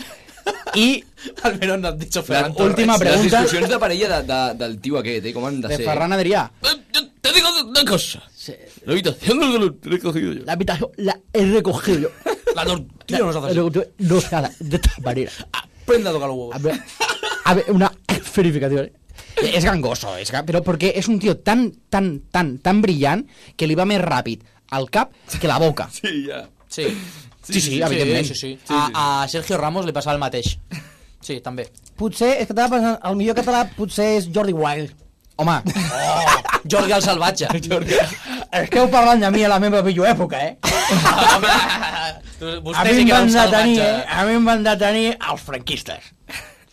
I (laughs) Almenys no has dit Ferran La última Les Torres. pregunta- discussions de parella de, de, del tio aquest, eh? Com han de, de ser. Ferran Adrià. Te digo una cosa. La habitación no lo he cogido yo. La habitación la he recogido (laughs) yo. La tortilla no s'ha de Pero tú No se haga de esta manera. Prende a tocar los huevos. A ver, a ver (coughs) una verificación. És gangoso, és gan... però perquè és un tio tan, tan, tan, tan brillant que li va més ràpid al cap que la boca. Sí, ya. Sí. Sí, sí, evidentment. Sí, sí, sí. A, a Sergio Ramos li passava el mateix. Sí, també. Potser, és que estava pensant, el millor català potser és Jordi Wild. (laughs) Home, Oh. Jordi el Salvatge. esteu parlant de mi a la meva millor època, eh? Home, tu- A vostè mi sí em que era un van detenir, salvatge. eh? a mi em van detenir els franquistes,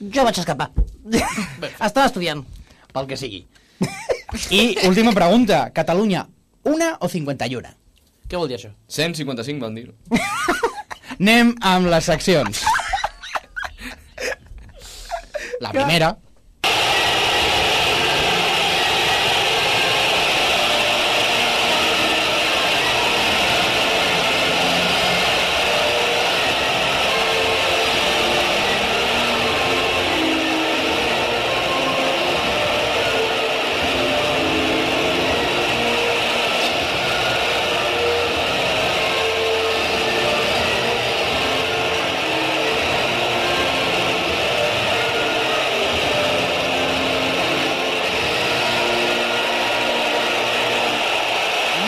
Jo vaig (laughs) escapar. estava estudiant. pel que sigui. I última pregunta, Catalunya, una o 51? Què vol dir això? 155 van dir. Anem amb les seccions. La primera.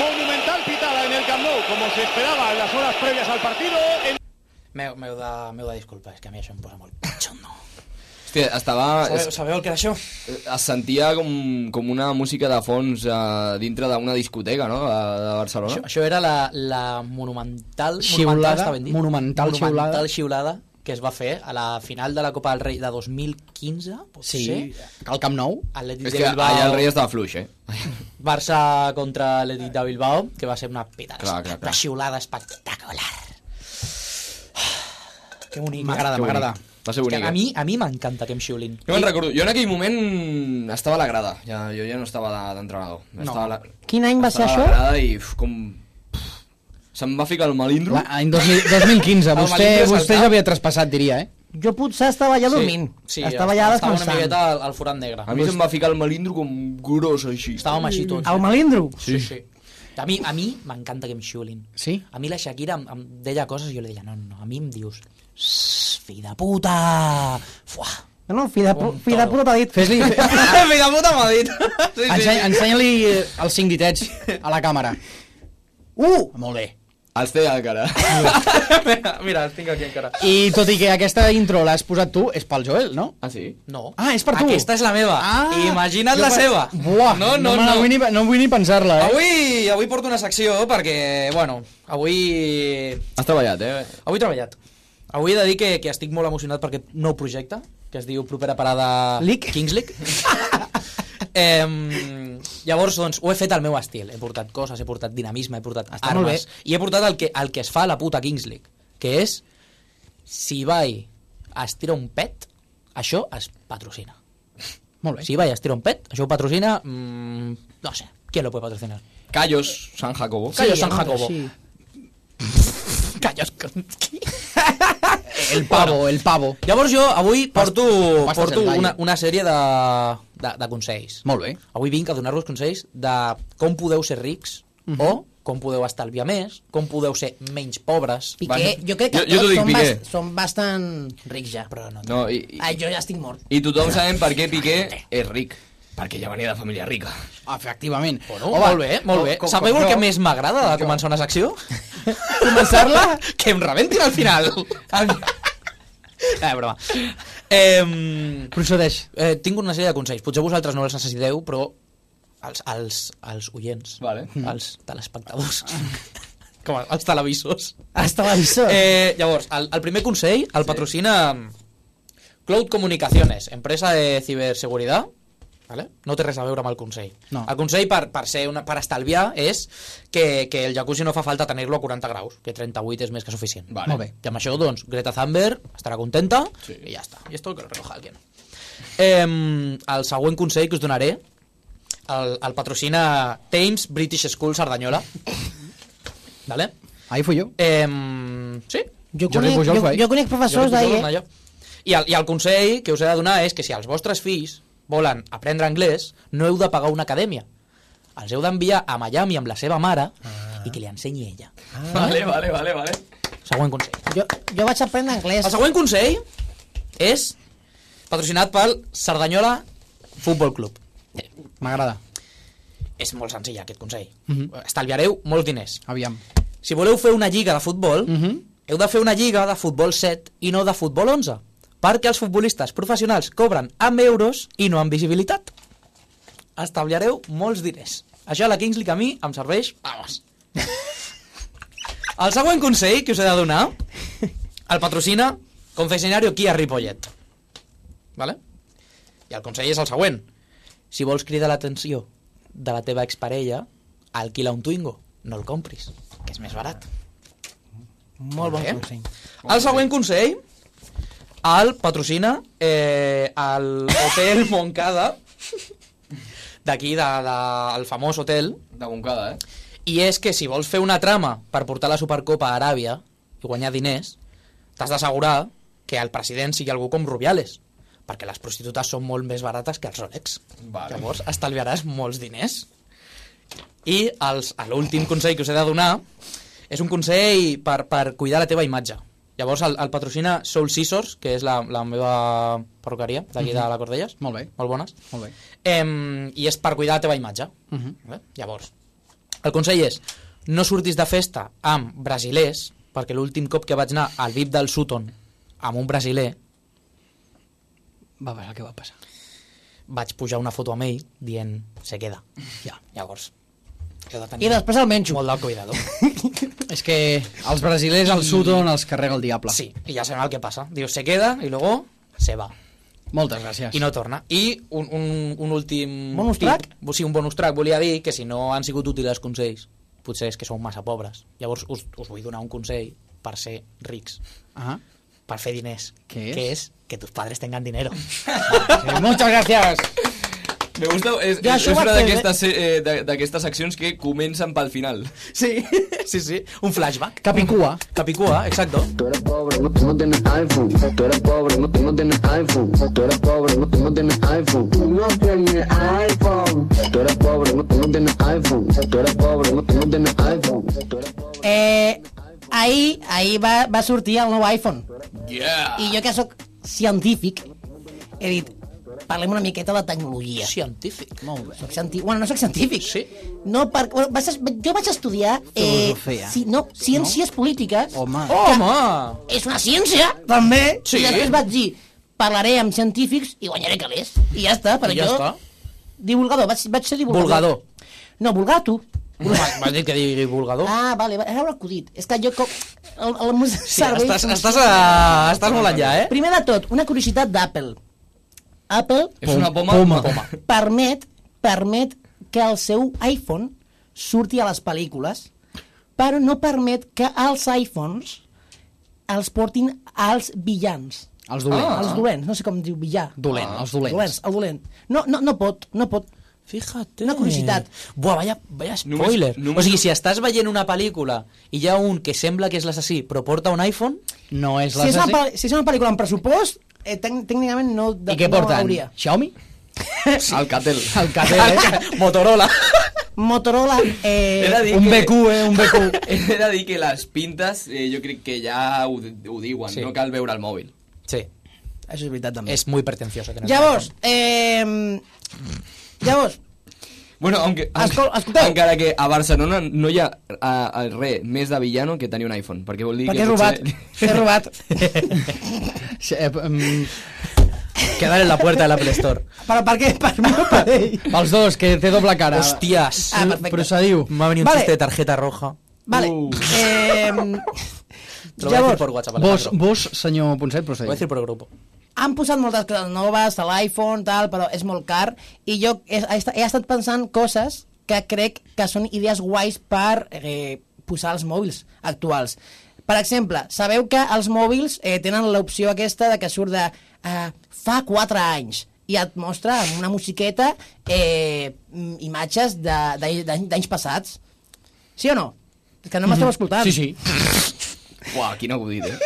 Monumental pitada en el Camp Nou, como se esperaba en las horas previas al partido. En... M'heu, m'heu, de, m'heu de disculpar, és que a mi això em posa molt pitxondo. Hòstia, estava... Sabeu, sabeu el que era això? Eh, Es sentia com, com una música de fons eh, dintre d'una discoteca, no?, de, de Barcelona. Això, això era la, la monumental... Xiulada, monumental, està ben dit? monumental monumental xiulada. que es va fer a la final de la Copa del Rei de 2015, pot Sí, ser? al Camp Nou. Atlètic És de que Bilbao, allà el rei estava fluix, eh? Barça contra l'Atlètic de Bilbao, que va ser una petada, Clar, clar, clar. una xiulada espectacular. Que bonic. M'agrada, Que bonic. eh? m'agrada. Va ser És que bonica. a mi a mi m'encanta que em xiulin. Jo me'n recordo, jo en aquell moment estava a la grada, ja, jo ja no estava de- d'entrenador. No. Estava a la, Quin any va ser estava a això? la grada i uf, com... pff, Se'm va ficar el malindro. L'any 2000 2015, El vostè, Madrid va vostè saltar. ja havia traspassat, diria, eh? Jo potser estava allà dormint. Sí, estava allà estava una descansant. miqueta al, al forat negre. A mi se'm va ficar el malindro com gros així. Estàvem així tots. El malindro. Sí, sí. A mi a mi m'encanta que em xiulin. Sí? A mi la Shakira em, em deia coses i jo li deia, no, no, a mi em dius, "Sss, fill de puta, fuà. No, no, fi de, pu fi de puta t'ha dit. (laughs) Fes-li... fe- Fill de puta m'ha dit. Sí, sí. enseny- Ensenya-li eh, els cinc ditets a la càmera. Uh! Molt bé. Els té al cara. Mira, (laughs) mira, els tinc aquí encara. I tot i que aquesta intro l'has posat tu, és pel Joel, no? Ah, sí? No. Ah, és per tu. Aquesta és la meva. Ah. Imagina't Jo la pe- seva. Buah, No, no, no, me la no. Vull ni, no vull ni pensar-la, eh? Avui, avui porto una secció perquè, bueno, avui Has treballat, eh? Avui he treballat. Avui he de dir que, que estic molt emocionat per aquest nou projecte, que es diu Propera Parada Lic? Kings League. eh, llavors, doncs, ho he fet al meu estil. He portat coses, he portat dinamisme, he portat Està molt armes... I he portat el que, el que es fa a la puta Kings League, que és... Si Ibai es tira un pet, això es patrocina. Molt bé. Si Ibai es tira un pet, això ho patrocina... Mm, no sé, qui lo puede patrocinar? Callos, San Jacobo. Callos San altre, Jacobo. sí. Callos Kansky. El pavo, el pavo. Llavors jo avui porto, pastes porto el gallo. una, una sèrie de, de, de consells. Molt bé. Avui vinc a donar-vos consells de com podeu ser rics Mhm. o com podeu estalviar més, com podeu ser menys pobres. Piqué, Va. jo crec que Jo- jo t'ho tots dic, són, Piqué. bas són bastant rics ja. Però no. No, i, i, Ah, jo ja estic mort. i tothom sabem per què Piqué és ric. Perquè ja venia de família rica. Ah, Efectivament. Bueno, molt bé, molt bé. Sabeu el (laughs) que més m'agrada de començar una secció? (laughs) Començar-la? (laughs) Ah, que em rebentin al final. eh, broma. Eh, Procedeix. eh, tinc una sèrie de consells. Potser vosaltres no els necessiteu, però els, els, els oients, Vale. els telespectadors, (laughs) com els televisors. Hasta la visó. Eh, llavors, el, el primer consell el patrocina mm, Cloud Comunicaciones, empresa de ciberseguridad. Vale? No té res a veure amb el consell. No. El consell per, per, ser una, per estalviar és que, que el jacuzzi no fa falta tenir-lo a 40 graus, que 38 és més que suficient. Vale. Molt bé. I amb això, doncs, Greta Thunberg estarà contenta Sí. i ja està. I esto que lo recoja alguien. Eh, el següent consell que us donaré el, el patrocina Thames British School Cerdanyola. Vale? Ahí fui jo. Eh, sí. Jo, Jordi conec, Pujol jo, fa- jo conec professors Jordi d'ahir. Pujol, Naya. I el, I el consell que us he de donar és que si els vostres fills volen aprendre anglès, no heu de pagar una acadèmia. Els heu d'enviar a Miami amb la seva mare i que li ensenyi ella. Ah. Vale, vale, vale, vale. Següent consell. eh? Jo, jo vaig aprendre anglès. El següent consell és patrocinat pel Cerdanyola Futbol Club. Eh, M'agrada. És molt senzill aquest consell. Estalviareu molts diners. Aviam. Si voleu fer una lliga de futbol, heu de fer una lliga de futbol 7 i no de futbol 11, perquè els futbolistes professionals cobren amb euros i no amb visibilitat. Establireu molts diners. Això a la Kings League a mi em serveix, vamos. El següent consell que us he de donar el patrocina Confessionario Kia Ripollet. Vale? I el consell és el següent. Si vols cridar l'atenció de la teva exparella, alquila un Twingo, no el compris, que és més barat. Molt bon Eh? consell. El següent consell el patrocina eh, el Hotel (laughs) Moncada d'aquí, del de, el famós hotel, De Moncada, eh? i és que si vols fer una trama per portar la Supercopa a Aràbia i guanyar diners, t'has d'assegurar que el president sigui algú com Rubiales, perquè les prostitutes són molt més barates que els Rolex. Vale. Llavors estalviaràs molts diners. I els- l'últim consell que us he de donar és un consell per, per cuidar la teva imatge. Llavors el, el patrocina Soul Scissors, que és la, la meva perruqueria d'aquí de la Cordelles. Molt bé. Molt bones. Molt bé. Mhm. Em, I és per cuidar la teva imatge. Uh -huh. Llavors, el consell és no surtis de festa amb brasilers, perquè l'últim cop que vaig anar al VIP del Sutton amb un brasiler, Va passar el que va passar. vaig pujar una foto amb ell dient se queda. Ja. Llavors, I després el menjo. Molt del cuidado. És que els brasilers al sud on els carrega el diable. Sí, y ya sabemos qué pasa. Dios se queda y luego se va. Moltes gràcies. I no torna. I un, un, un últim... Bonus tip. track? Sí, un bonus track. Volia dir que si no han sigut útils els consells, potser és que sou massa pobres. Llavors us, us vull donar un consell per ser rics, Ah, per fer diners. Què és? Que és que tus padres tengan dinero. sí, moltes gràcies. Me gusta, és, Ja, és, això és ho una has fet, d'aquestes eh, de- d'aquestes seccions que comencen pel final. Sí, sí, sí. Un flashback. Capicua. Capicúa, exacto. Tú eres pobre, no, no tienes iPhone. Tú eres pobre, no, no tienes iPhone. Tú eres pobre, no, no tienes iPhone. No tienes iPhone. Tú eres pobre, no, no tienes iPhone. Tú eres pobre, no, no tienes iPhone. Tú eres pobre. Eh, ahir, ahir va, va sortir el nou iPhone. Yeah! I jo que sóc científic, he dit, parlem una miqueta de tecnologia. Científic. Molt bé. Soc cienti... Bueno, no sóc científic. Sí. No, per... bueno, vas es... jo vaig estudiar... eh, Filosofia. ci... no, ciències polítiques. Oh, Home. Home! És una ciència, també. Sí. I després vaig dir, parlaré amb científics i guanyaré calés. I ja està, però I ja jo... està. Divulgador, vaig, vaig ser divulgador. Vulgador. No, vulgato. M'has dit que digui vulgador. Ah, vale, va- era un acudit. És que jo... Com... El, el meu Oh. Sí, cervell- estàs, estàs, a, estàs molt enllà, eh? Primer de tot, una curiositat d'Apple. Apple És una poma? Poma. permet, permet que el seu iPhone surti a les pel·lícules, però no permet que els iPhones els portin als villans. Els dolents. Ah. Els dolents, no sé com diu villar. Ah. Dolent, els dolents. Dolents, el dolent. No, no, no pot, no pot. Fíjate. Una curiositat. Buah, vaya, vaya Només- spoiler. només- o sigui, si estàs veient una pel·lícula i hi ha un que sembla que és l'assassí però porta un iPhone, No és Si és, una, l'assassí. pel·li- si és una pel·lícula amb pressupost, eh, tec- tècnicament no, de, I què no porten? hauria. Xiaomi? Alcatel. El carrer, eh? (laughs) Motorola. Motorola, eh, (laughs) Era dir Un que- BQ, eh? Un (laughs) BQ. He de dir que les pintes eh, jo crec que ja ho, ho diuen, Sí. no cal veure el mòbil. Sí, això és veritat també. és muy pretencioso. tener un Llavors, eh, llavors, Bueno, aunque, aunque, Escol- escolteu. encara que a Barcelona no hi ha a, a res més de villano que tenir un iPhone, perquè vol dir perquè he que robat, (laughs) he (laughs) robat. Sí, eh, mm, iPhone. Quedar en la puerta de la Play Store. Però per què? Per mi o per ell? Pels dos, que té doble cara. Hostias. Ah, perfecte. Procediu. M'ha venit un Vale. chiste de tarjeta roja. Vale. Uh. Eh, Te Lo voy a decir llavors, por WhatsApp. Vos, Alejandro. vos, senyor Ponset, Lo voy a procediu. decir por el grupo. han posat moltes coses noves a l'iPhone, tal, però és molt car, i jo he, he estat- he estat pensant coses que crec que són idees guais per eh, posar als mòbils actuals. Per exemple, sabeu que els mòbils eh, tenen l'opció aquesta de que surt de eh, fa 4 anys i et mostra amb una musiqueta eh, mm, imatges de- de- d'any- d'anys passats. Sí o no? És que no m'esteu escoltant. Mhm. Sí, sí. Uau, quin acudit, eh?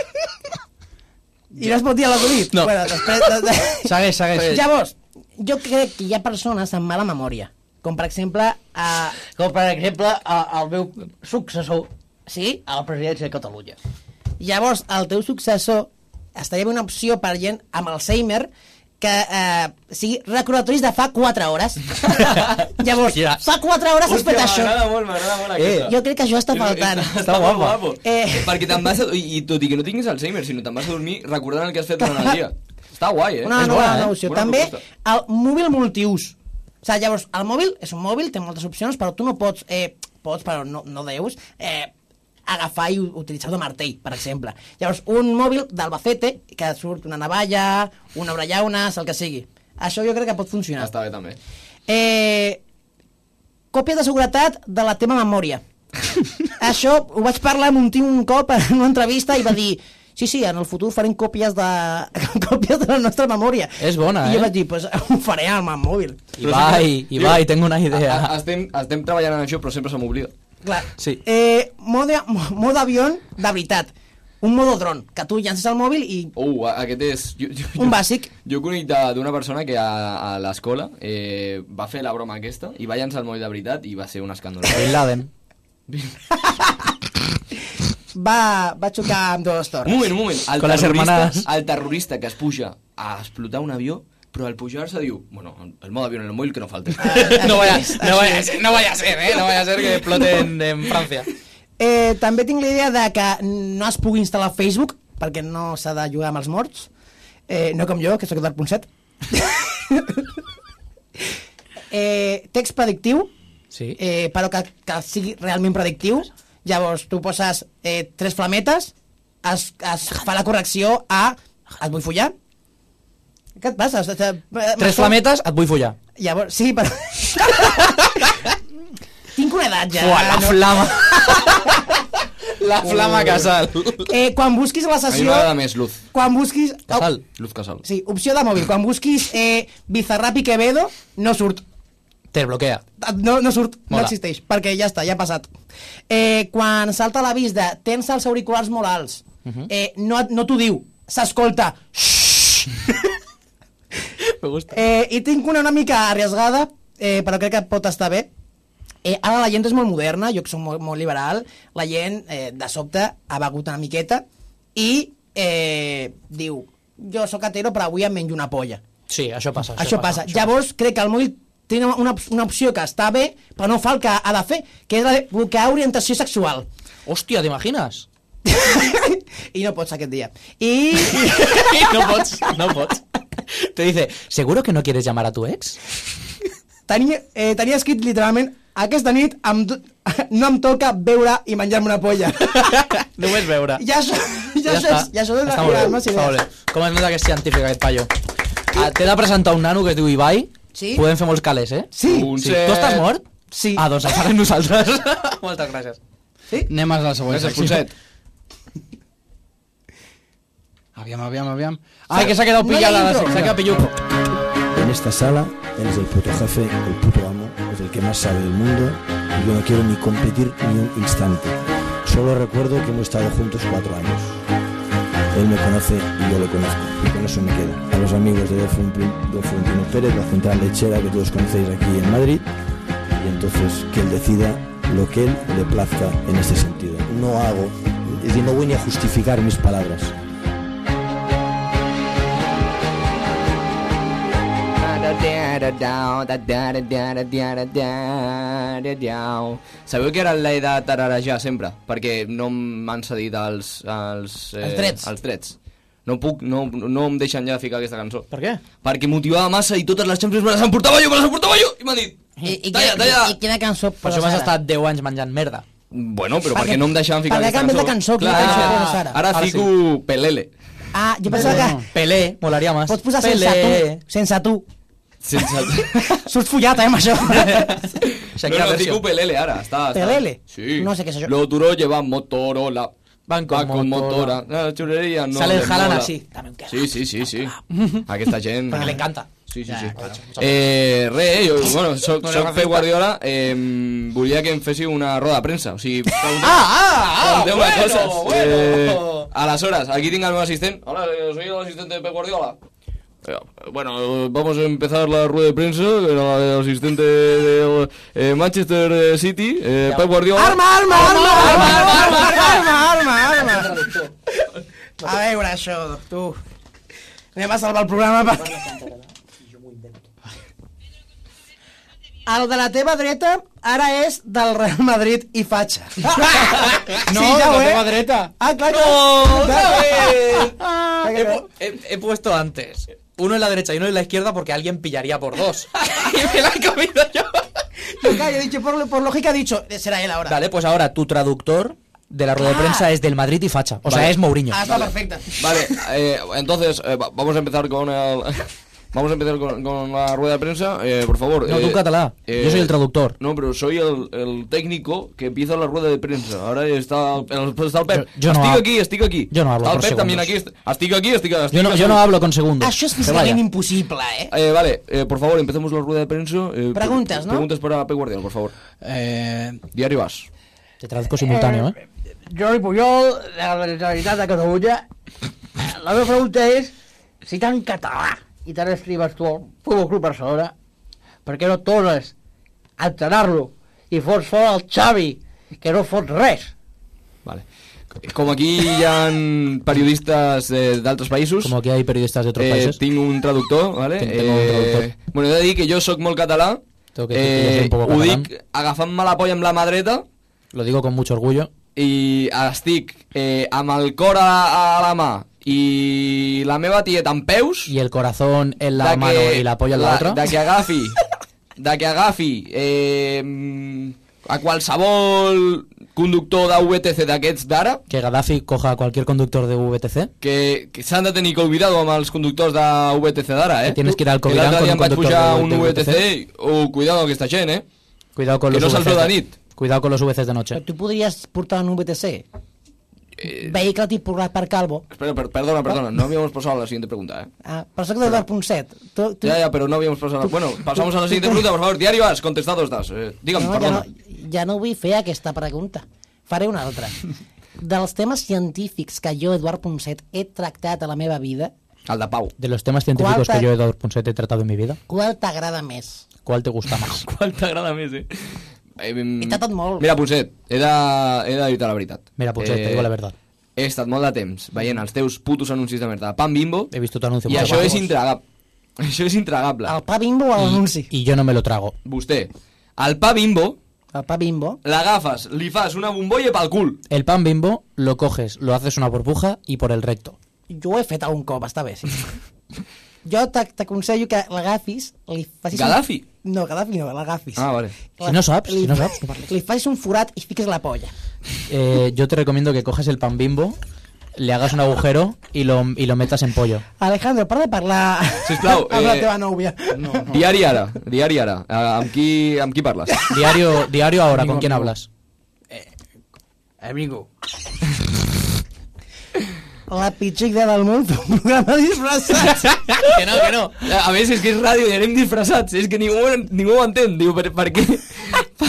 I no es pot dir a l'acudit? No. Bueno, després... De, de... Segueix, segueix. Llavors, jo crec que hi ha persones amb mala memòria. Com per exemple... Uh, Com per exemple el, el meu successor sí? a la presidència de Catalunya. Llavors, el teu successor estaria bé una opció per gent amb Alzheimer que eh, sigui recordatoris de fa (laughs) 4 hores. Llavors, Hòstia. fa 4 hores has fet això. m'agrada Ah, molt, m'agrada molt aquesta. Jo crec que això Eh, està faltant. Està, (laughs) està molt guapa. guapo. Eh. Eh. Perquè te'n vas a... I, I tot i que no tinguis Alzheimer, sinó te'n vas a dormir recordant el que has fet durant (laughs) el dia. Està guai, eh? Una És nova bona, eh? opció. Bona També proposta. el mòbil multiús. O sigui, llavors, el mòbil és un mòbil, té moltes opcions, però tu no pots, eh, pots però no, no deus, eh, agafar i u- utilitzar de martell, per exemple. Llavors, un mòbil d'Albacete, que surt una navalla, una brallaunes, el que sigui. Això jo crec que pot funcionar. Està bé, també. Eh, còpia de seguretat de la teva (laughs) memòria. Això ho vaig parlar amb un tio un cop en una entrevista i va dir sí, sí, en el futur farem còpies de, (laughs) còpies de la nostra memòria. És bona, I eh? jo vaig dir, pues, ho faré amb el mòbil. Ibai, Tio, Ibai, tengo una idea. A, a, estem, estem treballant en això, però sempre se m'oblida. Clar. Sí. Eh, mode, mo- mode avion, de veritat. Un modo dron, que tu llances el mòbil i... Uh, a- aquest és... Jo, jo, Un bàsic. Jo, jo conec de- d'una persona que a, a l'escola eh, va fer la broma aquesta i va llançar el moll de veritat i va ser un escàndol. Bin Laden. Va, va xocar amb dos un torres. moment, un moment. El Con las terrorista- hermanas. El terrorista que es puja a explotar un avió, però al pujar-se diu, bueno, el mode avió en el moll que no (laughs) falta. (laughs) No vaya, no, vaya, a ser- no vaya a ser, eh? No vaya a ser que exploten en Francia. Eh, també tinc la idea de que no es pugui instal·lar Facebook, perquè no s'ha de jugar amb els morts. Eh, no com jo, que sóc del (laughs) punt set. eh, text predictiu, Sí. eh, però que, que sigui realment predictiu. Llavors, tu poses eh, tres flametes, es, es fa la correcció a et vull follar. Què et passa? eh, Tres flametes, et vull follar. Llavors, sí, però... Tinc una edat ja. Uah, la flama. (laughs) La flama Casal. Eh, quan busquis la A mi sessió... m'agrada més Luz. Quan busquis... Oh, Casal. Luz Casal. Sí, opció de mòbil. Quan busquis eh, Bizarrap i Quevedo, no surt. Te bloquea. No, no surt, no Mola. existeix, perquè ja està, ja ha passat. Eh, quan salta l'avís de tens els auriculars molt alts, Mhm. eh, no, et- no t'ho diu, s'escolta. Me gusta. Eh, I tinc una una mica arriesgada, eh, però crec que pot estar bé. Eh, ara la gent és molt moderna, jo que soc molt, molt liberal, la gent eh, de sobte ha begut una miqueta i eh, diu jo sóc hetero però avui em menjo una polla. Sí, això passa. Això, passa. Llavors, crec que el mòbil té una, una, op- una opció que està bé, però no fa el que ha de fer, que és la de bloquear orientació sexual. Hòstia, t'imagines? I no pots aquest dia. (laughs) I... no pots, no pots. (laughs) Te dice, ¿seguro que no quieres llamar a tu (laughs) ex? Tenia, eh, tenia escrit literalment aquesta nit em, do- (laughs) no em toca beure i menjar-me una polla. (laughs) Només veure. ja (laughs) això, ja, això és, ja això és està molt bé, la màxima està molt bé. Com es nota que és científic aquest paio. Ah, T'he de presentar un nano que es diu Ibai. Sí? Podem fer molts calés, eh? Sí. Un sí. set. Tu estàs mort? Sí. Ah, doncs el farem (laughs) nosaltres. Moltes gràcies. Anem a la següent Gràcies, Aviam, aviam, aviam. Ai, que s'ha quedat pillada. la- S'ha quedat pilluco. En esta sala, él es el puto jefe, el puto amo, es el que más sabe del mundo y yo no quiero ni competir ni un instante. Solo recuerdo que hemos estado juntos cuatro años. Él me conoce y yo le conozco, y con eso me quedo. A los amigos de Don Florentino Don Florentino Pérez, la central lechera que todos conocéis aquí en Madrid, y entonces que él decida lo que él le plazca en este sentido. No hago, es decir, no voy ni a justificar mis palabras. Sabeu que era la idea de tararejar sempre, perquè no m'han cedit els, els, eh, Els drets. Els drets. No, puc, no, no em deixen ja ficar aquesta cançó. Per què? Perquè motivava massa i totes les Champions me les emportava jo, me les emportava jo! I m'han dit, (laughs) I, i, Talla, i- talla. I, quina cançó Per això poses vas ara? estar 10 anys menjant merda. bueno, però perquè, no em deixaven ficar perquè aquesta canvies cançó. de cançó, quina Clar, cançó ara- poses ara? Ara, Ah, Ara fico Pelele. (laughs) Ah, jo pensava que... Pelé, molaria més. Pots posar Pelé. sense tu. Sense tu. (laughs) Sense... Surts follat, eh, amb això. No, Shakira no, versió. fico Pelele ara. Està, està. Pelele? Sí. No sé què és això. Lo duro lleva Motorola. Van con, motora. La xuleria no Sale el les Haaland mola. així. (laughs) Sí, sí, sí, sí. Aquesta gent... Perquè li encanta. Sí, sí, sí. Eh, re, eh, (laughs) jo, bueno, soc, No li soc racista. Pep Guardiola, eh, volia que em féssiu una roda de premsa, o (laughs) sigui... Pregunteu, ah, ah, pregunteu bueno, coses. bueno. Eh, aleshores, aquí tinc el meu assistent. Hola, eh, soy el asistente de Pep Guardiola. Eh, Bueno, eh, vamos a empezar la rueda de prensa, el asistente del eh, Manchester eh, City, eh, Pep Guardiola... Arma, arma, arma, arma, arma, arma, arma, arma, arma, A veure, això, tu. Anem a salvar el programa perquè... El de la teva dreta ara és del Real Madrid i fatxa. No, No, la teva dreta. Ah, clar, (laughs) ¡No! clar. ¡Otra (laughs) (laughs) vez! Ah, He, pu- he- he puesto antes. Uno en la derecha y uno en la izquierda porque alguien pillaría por (laughs) dos. (laughs) Claro, yo he dicho, por, por lógica he dicho, será él ahora. Vale, pues ahora tu traductor de la rueda de Ah. prensa es del Madrid y facha. O sea, Vale. es Mourinho. Ah, está perfecta. Vale, eh, entonces eh, va- vamos a empezar con el... (laughs) Vamos a empezar con, con la rueda de prensa, eh, por favor. No, eh, tú catalá. Yo soy el traductor. No, pero soy el, el técnico que empieza la rueda de prensa. Ahora está el, pues está el Pep. Yo- yo no estic hab- aquí, estic aquí. yo no hablo Está el por Pep también aquí. segundos. Estic aquí, estic, estic Yo no, Ah, yo no hablo con segundos. Això és Que físicament vaya. impossible, eh? Eh, vale, eh, por favor, empecemos la rueda de prensa. eh, Preguntas, pre- ¿no? Preguntas para Pep Guardiola, por favor. Eh... Diario Vas. Te traduzco simultáneo, ¿eh? Jordi Pujol, de la Generalitat de Catalunya. La meva pregunta és, si tan català i tan escribes tu al Futbol Club Barcelona, per què no tornes a entrenar-lo i fots fora el Xavi, que no fot res? Vale. Com aquí hi ha periodistes eh, d'altres països... Como que hay periodistas de otros Eh, países. tinc un traductor, vale? Eh, Ten- tengo un traductor. Bueno, he de dir que jo sóc molt català. Eh, Tengo que decir que yo soy un poco ho catalán. dic agafant-me la polla amb la mà dreta Lo digo con mucho orgullo. i estic eh, amb el cor a, a la mà i la meva tieta amb peus Y el corazón en la de mano y la polla en la, otra. De que agafi de que agafi eh, a qualsevol conductor de VTC d'aquests d'ara, Que Gaddafi coja a cualquier conductor de VTC. que, que s'han de tenir cuidado amb els conductors de VTC d'ara, eh? Que tienes que ir al Coviran L'altre dia em con vaig un conductor pujar a de- un de VTC, VTC. o oh, cuidado amb aquesta gent, eh? Cuidado con Que los no salto VCs de nit. Cuidado con los VCs de (laughs) noche. Però tu podries portar un VTC? Eh. Vehicle tipus per calvo. Espera, per- perdona, perdona, no habíamos pasado a la siguiente pregunta, eh? Ah, per això que deu 2.7. Tu, tu, Ya, ya, pero no habíamos pasado. Bueno, pasamos a la siguiente pregunta, por favor. Diario As, contestados das. Eh, dígame, no, ja, perdona. no, ja no vull fer aquesta pregunta. Faré una altra. Dels temes científics que jo, Eduard Ponset, he tractat a la meva vida, Al de Pau. De los temas científicos ¿Cuál te- que yo, Eduardo Punset, he tratado en mi vida, qual t'agrada més? ¿cuál te gusta más? ¿Cuál te agrada més, eh? Em, Està tot molt. Mira, Ponset, he de, he de dir-te la veritat. Mira, Punset, te Eh, digo la verdad. He estat molt de temps veient els teus putos anuncis de merda. de Pan Bimbo. He visto tu anuncio. I muchas això és, veces. intragable. (laughs) això és intragable. El pa bimbo o l'anunci? Y yo no me lo trago. Vostè, el pa Bimbo, El pa bimbo? l'agafes, li fas una bombolla pel cul. El pan bimbo lo coges, lo haces una burbuja y por el recto. Jo ho he fet algun cop, està bé, sí. Jo t'ac- t'aconsello que l'agafis, li facis... un- Gaddafi? No, Gaddafi no, l'agafis. Ah, vale. Si no saps, si no saps, no parlis. Li facis un forat i fiques la polla. Eh, yo te recomiendo que cojas el pan bimbo, le hagas un agujero y lo, y lo metas en pollo. Alejandro, para de parlar (laughs) Sisplau, amb la eh, teva nòvia. No, (laughs) Diari ara, diari ara. Eh, amb, qui, amb qui parles? Diario, diario ahora, ¿con quién hablas? Amigo. La pitjor idea del món fer un programa disfressat. que no, que no. A més, és que és ràdio i anem disfressats. És que ningú, ningú ho entén. Diu, per, per què... (laughs) Per,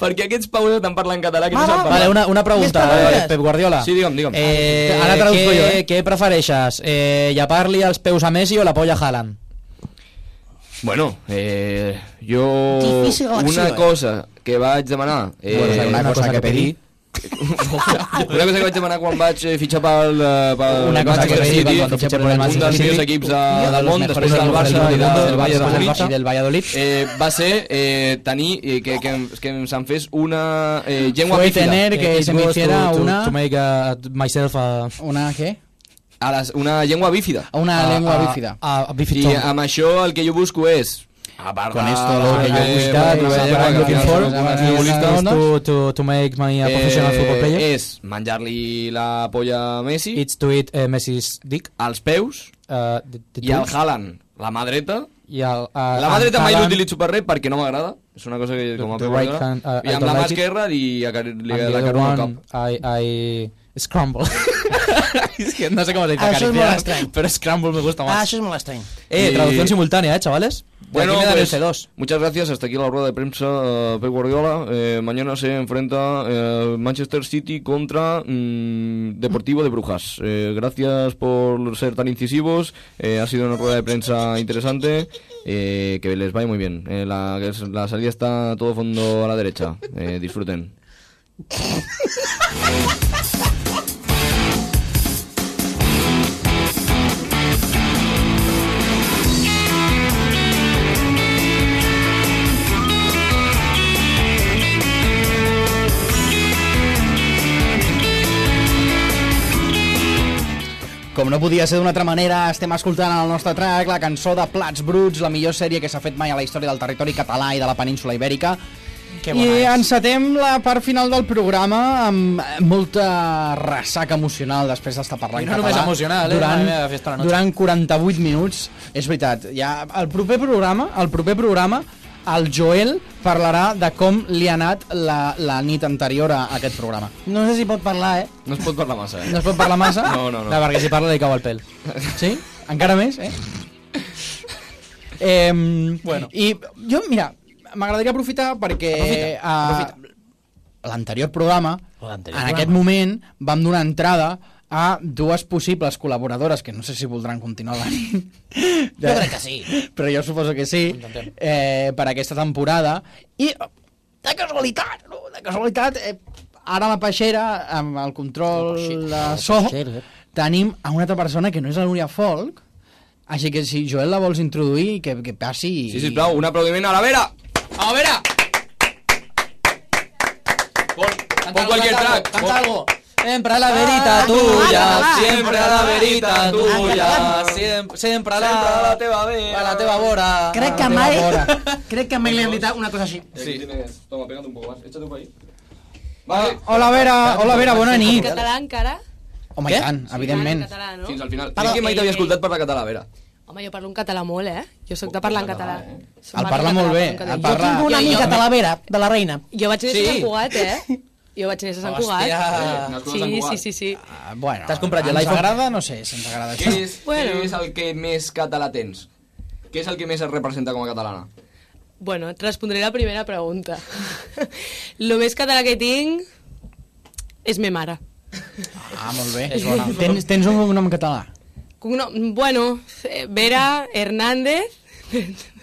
per què aquests pauses tant parlen català que no sap parlar? Vale, una, una pregunta, eh, Pep Guardiola. Sí, digue'm, digue'm. Eh, Ara traduzco què, jo, eh? Què prefereixes? Eh, Llapar-li els peus a Messi o la polla a Haaland? Bueno, eh, jo... Difícil elecció, una eh? cosa que vaig demanar... Eh, Bueno, una cosa que pedí. una cosa que vaig demanar quan vaig eh, fitxar pel, eh, pel Una cosa que Manchester pedí City, quan fitxar pel un Manchester dels millors City, equips de, un dels del món, mejores després del equipos del Barça i mundo, de- del del Barça i del Valladolid, del Valladolid. eh, va ser eh, tenir eh, que, que, que se'n fes una eh, llengua Fue bífida. tener que se me hiciera una... myself a... Una què? a les, una llengua bífida. Una a, llengua a- bífida. A, a I amb això el que jo busco és... A part Con de- esto lo que yo eh, busco una es llengua saber que I'm looking al for, final eh, els futbolistes, to, to, to make my a professional football player. Eh, és menjar-li la polla a Messi. It's to eat eh, Messi's dick. Als peus. Uh, the, the I al tools. Haaland, la mà dreta. I el, uh, La mà dreta mai l'utilitzo per res perquè no m'agrada. És una cosa que com a The Pep right Guardiola. hand, uh, I I amb don't la mà like it. esquerra li, acar- li, And the la other carona al one, cap. I, I scramble. (laughs) Ah, es que no sé cómo se dice Això és molt estrany. acariciar, pero scramble me gusta Ah, más. això és molt estrany. Eh, Y- traducción simultánea, eh, chavales. De aquí me dan el C2. pues, muchas gracias. Hasta aquí la rueda de prensa eh, Pep Guardiola. Eh, mañana se enfrenta eh, Manchester City contra mm, Deportivo de Brujas. Eh, gracias por ser tan incisivos. Eh, ha sido una rueda de prensa interesante. Eh, que les vaya muy bien. Eh, la, que es- la salida está a todo fondo a la derecha. Eh, disfruten. Com no podia ser d'una altra manera, estem escoltant en el nostre track la cançó de Plats Bruts, la millor sèrie que s'ha fet mai a la història del territori català i de la península ibèrica. Que I encetem la part final del programa amb eh, molta ressaca emocional després d'estar parlant I no català. només emocional, eh? durant, Madre mía, la fiesta de la noche. durant 48 minuts. És veritat, ja el proper programa, el proper programa el Joel parlarà de com li ha anat la, la nit anterior a aquest programa. No sé si pot parlar, eh? No es pot parlar massa, eh? No es pot parlar massa? (laughs) No, no, no. No, perquè si parla li cau el pèl. Sí? Encara més, eh? eh bueno. I jo, mira, m'agradaria aprofitar perquè... Aprofita, aprofita. L'anterior programa, en aquest moment, vam donar entrada a dues possibles col·laboradores que no sé si voldran continuar venint. Jo crec que sí. Però jo suposo que sí, eh, per aquesta temporada. I de casualitat, no? de casualitat, eh, ara a la peixera, amb el control de so, eh. tenim a una altra persona que no és la Núria Folk, així que si Joel la vols introduir, que, que passi... i- Sí, sisplau, un aplaudiment a la Vera. A la Vera. Pon, pon cualquier track. Canta algo. Siempre a la verita tuya, siempre a la verita tuya, siempre, siempre a la... Sempre a la teva vera. A la teva vora. Crec que mai... Crec que mai li han dit una cosa així. Sí. Toma, pégate un poco más. Échate un poco ahí. Vale. Hola, Vera. Hola, Vera. Bona En nit. català encara? Home, i tant, evidentment. En català, no? Fins al final. Parla- eh, Crec que mai t'havia escoltat parlar català, Vera. Home, jo parlo en català molt, eh? Jo sóc de parlar en català. Sóc El maca parla en molt català, bé, però en el català. parla- Tinc una Jo- jo- amiga talavera, de la reina. Jo vaig néixer a Sant Sí. Cugat, eh? Jo vaig néixer a Sant Cugat. Ah. Hòstia. Nascuda a Sant Sí, Cugat. sí, sí, sí. Bueno, T'has comprat ja ens l'iPhone? agrada? No sé si ens agrada Què això. és, què és el que més català tens? Què és el que més es representa com a catalana? Bueno, et respondré la primera pregunta. (laughs) Lo més català que tinc és me mare. Ah, molt bé. És bona. Tens, tens un cognom català? Cognom, bueno, eh, Vera Hernández, (laughs)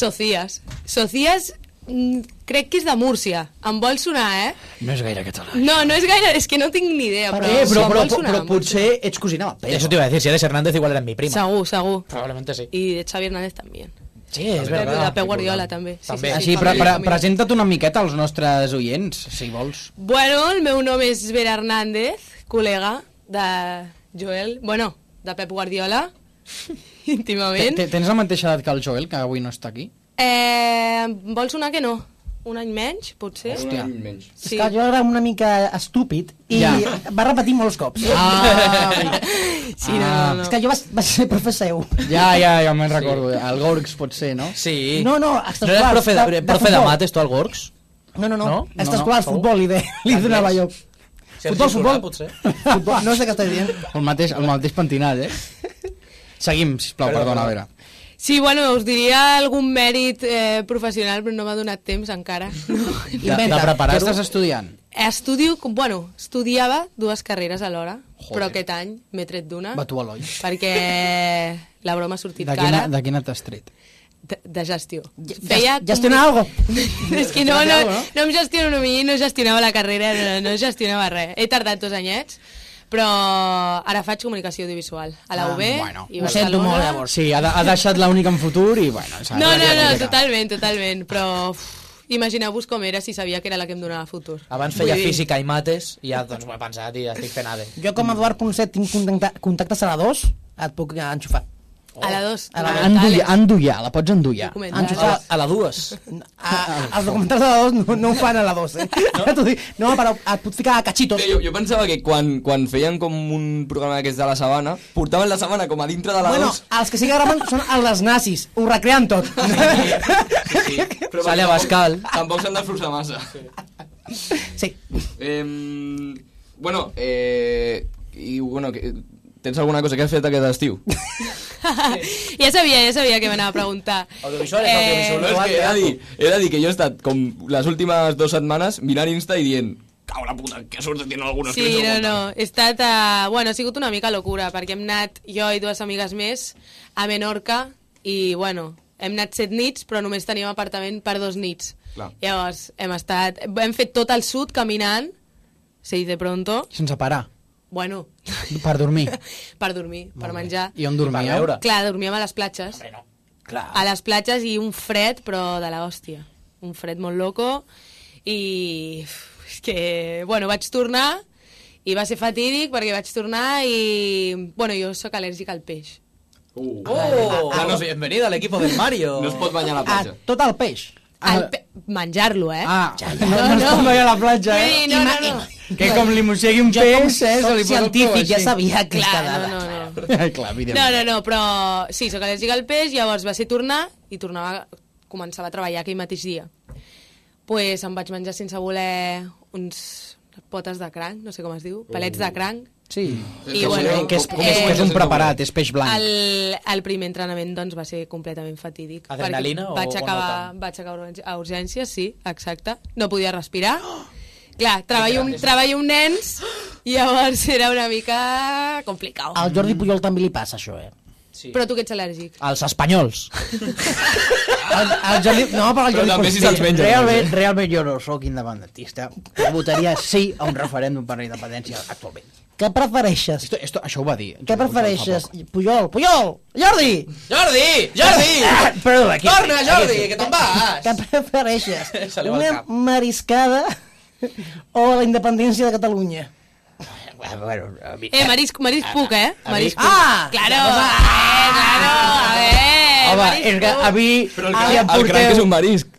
Socias. Socias mm, crec que és de Múrcia. Em vol sonar, eh? No és gaire català. No, no és gaire, és que no tinc ni idea, però, Eh, però, em però, vol sonar. però potser ets cosina del Pedro. Eso te iba a decir, si eres Hernández igual eres mi prima. Segur, segur. Probablemente sí. I de Xavi Hernández també. Sí, és Però verdad. De Pep Guardiola també. Sí, També. Sí, sí, Així, fa pre molt pre camí. presenta't una miqueta als nostres oients, si vols. Bueno, el meu nom és Vera Hernández, col·lega de Joel, bueno, de Pep (laughs) Guardiola, Te- íntimament. te- Tens la mateixa edat que el Joel, que avui no està aquí? Eh, em vol sonar que no? Un any menys, potser? Hòstia. Un any menys. Sí. És que jo era una mica estúpid i Ja. va repetir molts cops. Ah. Ah. sí, no, no, no. És que jo vaig, vaig ser profe seu. Ja, ja, ja me'n recordo. El Gorgs pot ser, no? Sí. No, no, ¿No extraescolars. eres profe de, de profe de futbol. mates tú al Gorgs? No, no, no. No? no? Extraescolars, No, no, futbol, li, de, li donava jo. Futbol, futbol. potser. futbol. No sé què estàs dient. El mateix, el mateix pentinat, eh? Seguim, sisplau, Perdó, perdona, a perdó. veure. Sí, bueno, us diria algun mèrit eh, professional, però no m'ha donat temps (laughs) encara. No. De, de preparar estàs estudiant? Estudio, com- bueno, estudiava dues carreres alhora, Joder. però aquest any m'he tret d'una. Va tu, Eloi. Perquè la broma ha sortit De quina, cara. de quina t'has tret? De, de gestió. ges- gestionar algo? (laughs) és que no, Gestionar no, algo, no? no em gestiono només, no gestionava la carrera, no, no gestionava res. He tardat dos anyets, però ara faig comunicació audiovisual a la UB. Ah, bueno, i Barcelona. Sí, ha, de, ha deixat l'única en futur i, bueno... s'ha- No, no, no, complicat. totalment, totalment, però uf, imagineu-vos com era si sabia que era la que em donava futur. Abans Vull feia dir- física i mates i ja doncs, ho he pensat i estic fent ADE. Jo com Eduard Ponset tinc contacte, contactes a la 2, et puc enxufar. A la 2. A la Ah, Endullar, endullar, la pots endullar. Enxufar. A la 2. A, Ah, els documentals de la 2 no, no ho fan a la 2, eh? No, no però ah, et pot ficar a cachitos. Jo, jo pensava que quan, quan feien com un programa d'aquests de la sabana, portaven la sabana com a dintre de la Bueno, dos, els que sí que graven són els nazis, ho recreen tot. però Sale tampoc- Abascal. Tampoc s'han d'esforçar massa. Sí. Eh, bueno, eh, i bueno, que, tens alguna cosa que has fet aquest estiu? Ja sabia, ja sabia que m'anava a preguntar. Eh, Audiovisuales, Eh, No, és que he de dir, he de dir que jo he estat com les últimes dues setmanes mirant Insta i dient Cau la puta, que sort que tienen algunos que Sí, les no, aguantan". no, he estat... A... Bueno, ha sigut una mica locura, perquè hem anat jo i dues amigues més a Menorca i, bueno, hem anat set nits, però només teníem apartament per dos nits. Clar. Llavors, hem estat... Hem fet tot el sud caminant, se dice pronto, Sense parar, bueno, per dormir. (laughs) per dormir, per menjar. I on dormíeu? Clar, dormíem a les platges. Clar. A les platges i un fred, però de la hòstia. Un fred molt loco. I uf, és que, bueno, vaig tornar i va ser fatídic perquè vaig tornar i... Bueno, jo sóc al·lèrgica al peix. Uh. Oh, bueno, bienvenido al equipo del Mario. No es pot banyar a la platja. Tot el peix. Al pe... Menjar-lo, eh? Ah, no, no, no, no, no. no. a la platja, eh? Sí, no, no, no. Que com li mossegui un peix, eh? se li posa el cul així. Clar, no, no, no. Clar, No, evidentment. no, no, però sí, sóc al·lèrgica al peix, llavors va ser tornar i tornava, començava a treballar aquell mateix dia. pues em vaig menjar sense voler uns potes de cranc, no sé com es diu, palets de cranc. Oh. Sí. I bueno, eh, que és, que és, que és un preparat, és peix blanc. El, el primer entrenament doncs, va ser completament fatídic. perquè Adrenalina o- vaig o no acabar, tant? Vaig acabar a urgències, sí, exacte. No podia respirar. Clar, treballo amb, treballo amb nens, llavors era una mica complicat. Ah, Al Jordi Pujol també li passa això, eh? Sí. Però tu que ets al·lèrgic. Els (laughs) espanyols. El, el Jordi... No, però el Jordi... Pujol- realment, realment jo no sóc independentista. però Votaria sí a un referèndum per la independència actualment. Què prefereixes? Esto, esto, això ho va dir. Què prefereixes? Pujol, Pujol! Jordi! Jordi! Jordi! Ah, (laughs) perdó, aquí- Torna, aquí- Jordi, aquí- que te'n vas! Què prefereixes? Se li va el Una cap. mariscada o la independència de Catalunya? Bueno, a mi... Eh, marisc, marisc puc, eh? a Marisc mi- puc. Ah! Claro! Eh, claro! A ver! Home, marisc és que puc. a mi... Però cranc- el cranc és un marisc.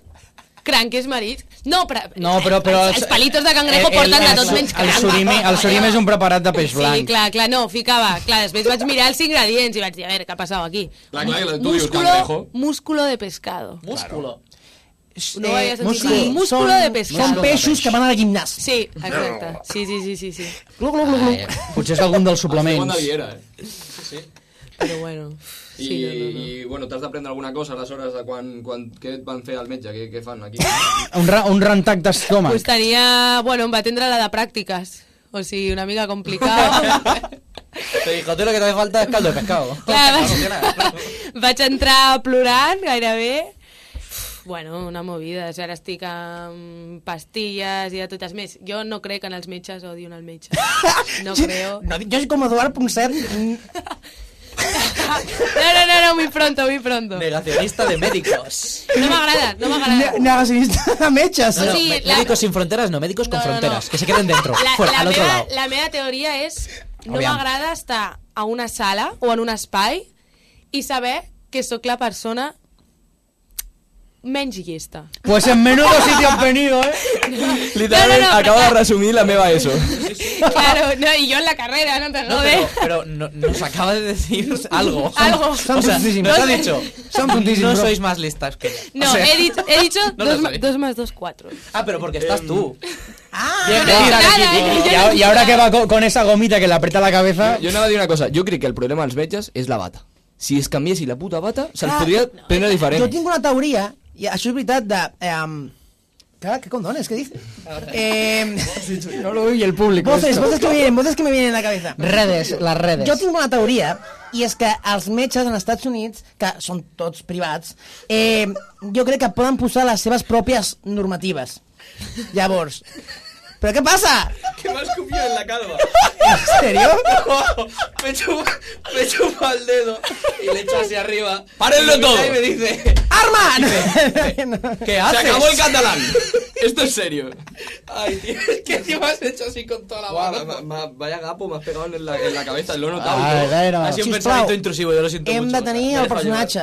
Cranc és marisc? No, però... No, però... però Els palitos de cangrejo porten de tots menys El cranc. surimi, el surimi és un preparat de peix blanc. Sí, clar, clar, no, ficava. Clar, després vaig mirar els ingredients i vaig dir, a veure, què ha passat aquí? Clar, clar, i tu dius músculo, cangrejo. músculo de pescado. Músculo. No ho havia sentit. músculo. Músculo, músculo Són- de pescado. són peixos que van al gimnàs. Sí, exacte. Sí, sí, sí, sí. sí. Glu, glu, glu, glu. Potser és algun dels suplements. eh? Sí. Però bueno... I, Sí, no, no, i bueno, t'has d'aprendre alguna cosa aleshores de quan, quan, què et van fer al metge, què, què fan aquí? Un, ra, un rentac d'estómac. Pues tenia... Bueno, em va atendre la de pràctiques. O sigui, una mica complicada. Te dijo, tú lo que te hace falta es caldo de pescado. Clar, vaig, vaig entrar plorant gairebé. Uf, Bueno, una movida. O sigui, ara estic amb pastilles i de totes més. Jo no crec que en els metges odin el metge. No creo. No, yo soy como Eduardo Punset. No, no, no, no muy pronto, muy pronto. Negacionista de médicos. No m'agrada, no m'agrada. Negacionista de mechas. O No, no, sigui, me- la- Médicos sin fronteras, no, médicos con No, no, no. fronteras. Que se queden dentro, fuera, la, al otro meva, lado. la meva teoria és no Aviam. m'agrada estar a una sala o en un espai i saber que sóc la persona menys llista. Pues en menudo sitio has venido, eh? Literalment, No, no, no, acabo de resumir la meva ESO. (laughs) Claro, no, y yo en la carrera, no te No, jode. pero, pero no- nos acaba de decir algo. (laughs) Algo. O sea, nos ha dicho. Son puntísimos. No sois más listas que yo. No, O sea, he dicho, he dicho No lo dos, ma- soy. dos más dos, cuatro. Ah, pero porque estás tú. eh, Y, ahora- y ahora que va co- con esa gomita que le aprieta la cabeza... Jo anava a dir una cosa, jo crec que el problema dels metges és la bata. Si es canviessin la puta bata, se'ls Clar, podria prendre diferent. Jo tinc una teoria, i això és veritat, de... Eh, um, Cara, ¿qué condones? ¿Qué dices? Eh, no lo oye el público. voces, esto. voces que me vienen, voces que me vienen a la cabeza. Redes, las redes. Jo tinc una teoria, i és que els metges en els Estats Units, que són tots privats, eh, jo crec que poden posar les seves pròpies normatives. Llavors, però què passa? Que m'ha escopit en la calva. ¿En serio? me, chupa, me chupa el dedo y le echo hacia arriba. ¡Párenlo Y me mira todo! Y me dice, (laughs) ¿Qué se haces? acabó el catalán. Esto es serio. Ay, tío, es que encima has hecho así con toda la mano. Vaya gapo, me has pegado en la, en la cabeza, lo he notado. Ah, yo. bueno. Ha sido un Sisplau, pensamiento intrusivo, yo lo siento Hem mucho. de tenir Me el deja personatge.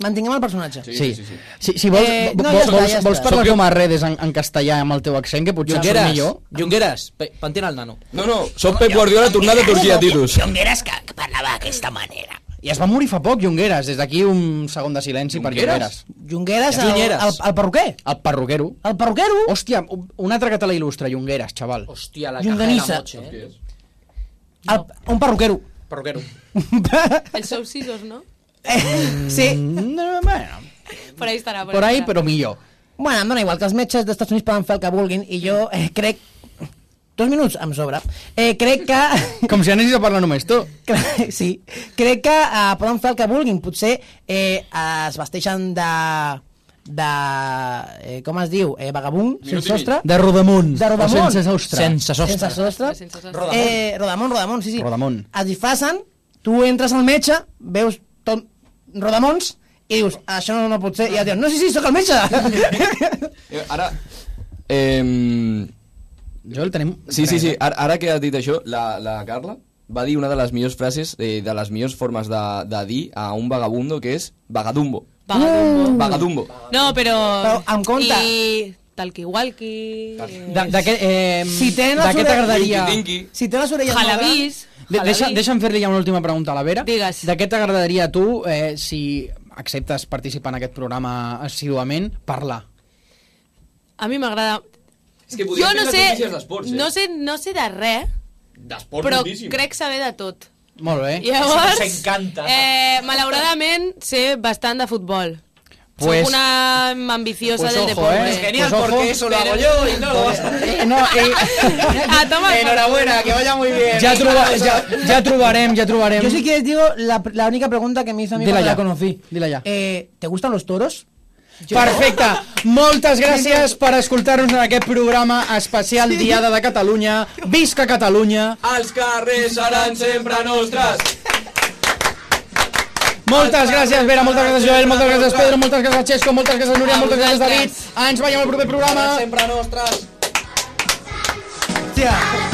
Mantinguem el personatge. Sí, Si, si vols, Eh, eh, no, no, ja vols, està, vols, ja està. vols parlar com a redes en, en castellà amb el teu accent, que potser surt Junqueras, millor? Junqueras, pe- pentina al nano. No, no, soc Pep Guardiola (laughs) tornat a Turquia, Titus. Jongueras que, que parlava d'aquesta manera. I es va morir fa poc, Jungueras. Des d'aquí un segon de silenci Junqueras? per Jungueras, Jungueras. el, el, el, perruquer? El perruquero. El perruquero? Hòstia, un- un altre català il·lustre, Jungueras, xaval. Hòstia, la caja de la Llonganissa. moche, eh? El, un perruquero. Perruquero. El Show Scissors, ¿no? Sí. Mm, No, bueno. Por ahí estará. Por, Por ahí, estará. però millor. Bueno, em dona igual, que els metges dels Estats Units poden fer el que vulguin i jo eh, crec... Dos minuts em sobra. Eh, crec que... (laughs) Com si anessis a parlar només tu. Cre- sí. Crec que eh, poden fer el que vulguin. Potser eh, es vesteixen de de... Eh, com es diu? Eh, vagabund? Minut sense i mig. sostre? De rodamón. De rodamón. O sense sostre. Sense sostre. Sense sostre. Rodamón. Eh, rodamón, rodamón, sí, sí. Rodamón. Es disfacen, tu entres al metge, veus tot rodamons, i dius, això no, no pot ser, i ja et diuen, no, sí, sí, sóc el (laughs) metge! Eh, Ara... Eh, Joel, tenim... Sí, sí, sí. Ara, ara que has dit això, la, la Carla va dir una de les millors frases, eh, de les millors formes de, de dir a un vagabundo, que és vagadumbo. Mm. Vagadumbo. Vagadumbo. No, però... Però amb compte. I talqui-walqui... De, de què, eh, Si té de les què t'agradaria... Dinky, Si té les orelles Jalabís. De, deixa, Jalabís. deixa'm fer-li ja una última pregunta a la Vera. Digues. De què t'agradaria a tu, eh, si acceptes participar en aquest programa assiduament, parlar? A mi m'agrada... És que podríem Jo fer no les sé, notícies d'esports, eh? no sé, no sé de res, D'esport però moltíssim. crec saber de tot. Molt bé. Llavors, Nos encanta. eh, malauradament, sé bastant de futbol. Pues- Soc una ambiciosa pues del ojo, deporte. eh. Genial, Pues ojo. porque eso lo hago yo (laughs) y no. Eh, no, eh, A tomar por- Enhorabuena, que vaya muy bien. Ja, troba, ja, ja trobarem, ja trobarem. Yo si quieres digo la, la única pregunta que me hizo a mí Dila cuando ya. la conocí. Dila ya. Eh, ¿Te gustan los toros? Perfecte. Moltes gràcies per escoltar-nos en aquest programa especial Diada de Catalunya. Visca Catalunya. Els carrers seran sempre nostres. Moltes gràcies, Vera, moltes gràcies, Joel, moltes gràcies, Pedro, moltes gràcies, Xesco, moltes gràcies, Núria, A ah, moltes gràcies, David. vosaltres. Ens veiem al proper programa. Sempre nostres. Hòstia.